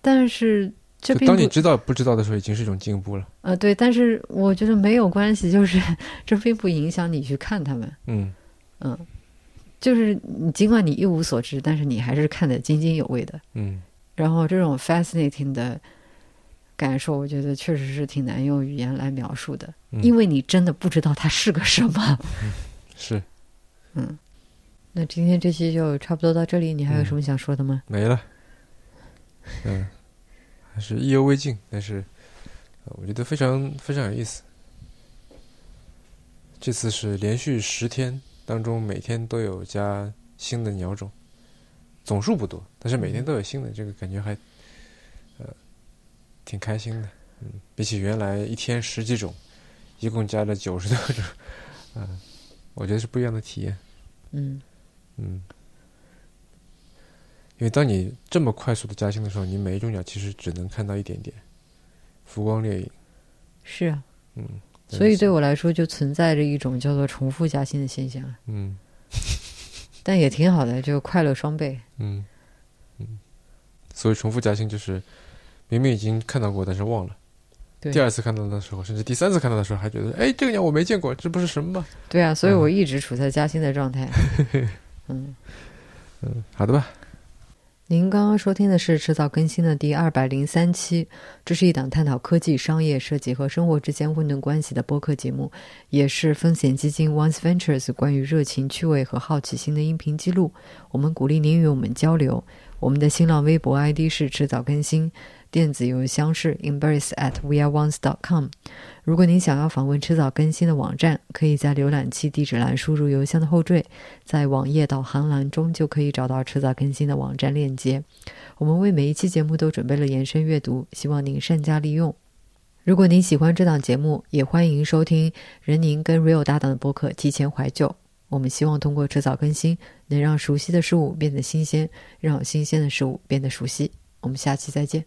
B: 但是这
A: 就
B: 并
A: 当你
B: 不
A: 知道不知道的时候，已经是一种进步了。
B: 呃对，但是我觉得没有关系，就是 这并不影响你去看它们。
A: 嗯
B: 嗯，就是你尽管你一无所知，但是你还是看得津津有味的。
A: 嗯
B: 然后这种 fascinating 的感受，我觉得确实是挺难用语言来描述的，
A: 嗯
B: 因为你真的不知道它是个什么。
A: 是
B: 嗯，那今天这期就差不多到这里，你还
A: 嗯
B: 有什么想说的吗？
A: 没了。嗯，还是意犹未尽，但是呃我觉得非常非常有意思。这次是连续十天当中，每天都有加新的鸟种，总数不多，但是每天都有新的，这个感觉还呃挺开心的。嗯，比起原来一天十几种，一共加了九十多种，嗯、我觉得是不一样的体验。
B: 嗯
A: 嗯，因为当你这么快速的加薪的时候，你每一种鸟其实只能看到一点点，浮光掠影。
B: 是啊，
A: 嗯，
B: 所以对
A: 我，
B: 我来说就存在着一种叫做重复加薪的现象，
A: 嗯
B: 但也挺好的，就快乐双倍。
A: 嗯嗯，所以重复加薪就是明明已经看到过，但是忘了。
B: 对
A: 第二次看到的时候，甚至第三次看到的时候，还觉得，哎，这个鸟我没见过，这不是什么吗？
B: 对啊，所以
A: 嗯
B: 我一直处在加薪的状态。嗯。
A: 好的吧，
B: 您刚刚收听的是迟早更新的第二百零三期，这是一档探讨科技、商业、设计和生活之间混沌关系的播客节目，也是风险基金 Once Ventures 关于热情、趣味和好奇心的音频记录。我们鼓励您与我们交流。我们的新浪微博 ID 是迟早更新，电子邮箱是 embrace at weareones.com。如果您想要访问迟早更新的网站，可以在浏览器地址栏输入邮箱的后缀，在网页导航栏中就可以找到迟早更新的网站链接。我们为每一期节目都准备了延伸阅读，希望您善加利用。如果您喜欢这档节目，也欢迎收听任宁跟 Real 搭档的播客《提前怀旧》。我们希望通过迟早更新，能让熟悉的事物变得新鲜，让新鲜的事物变得熟悉。我们下期再见。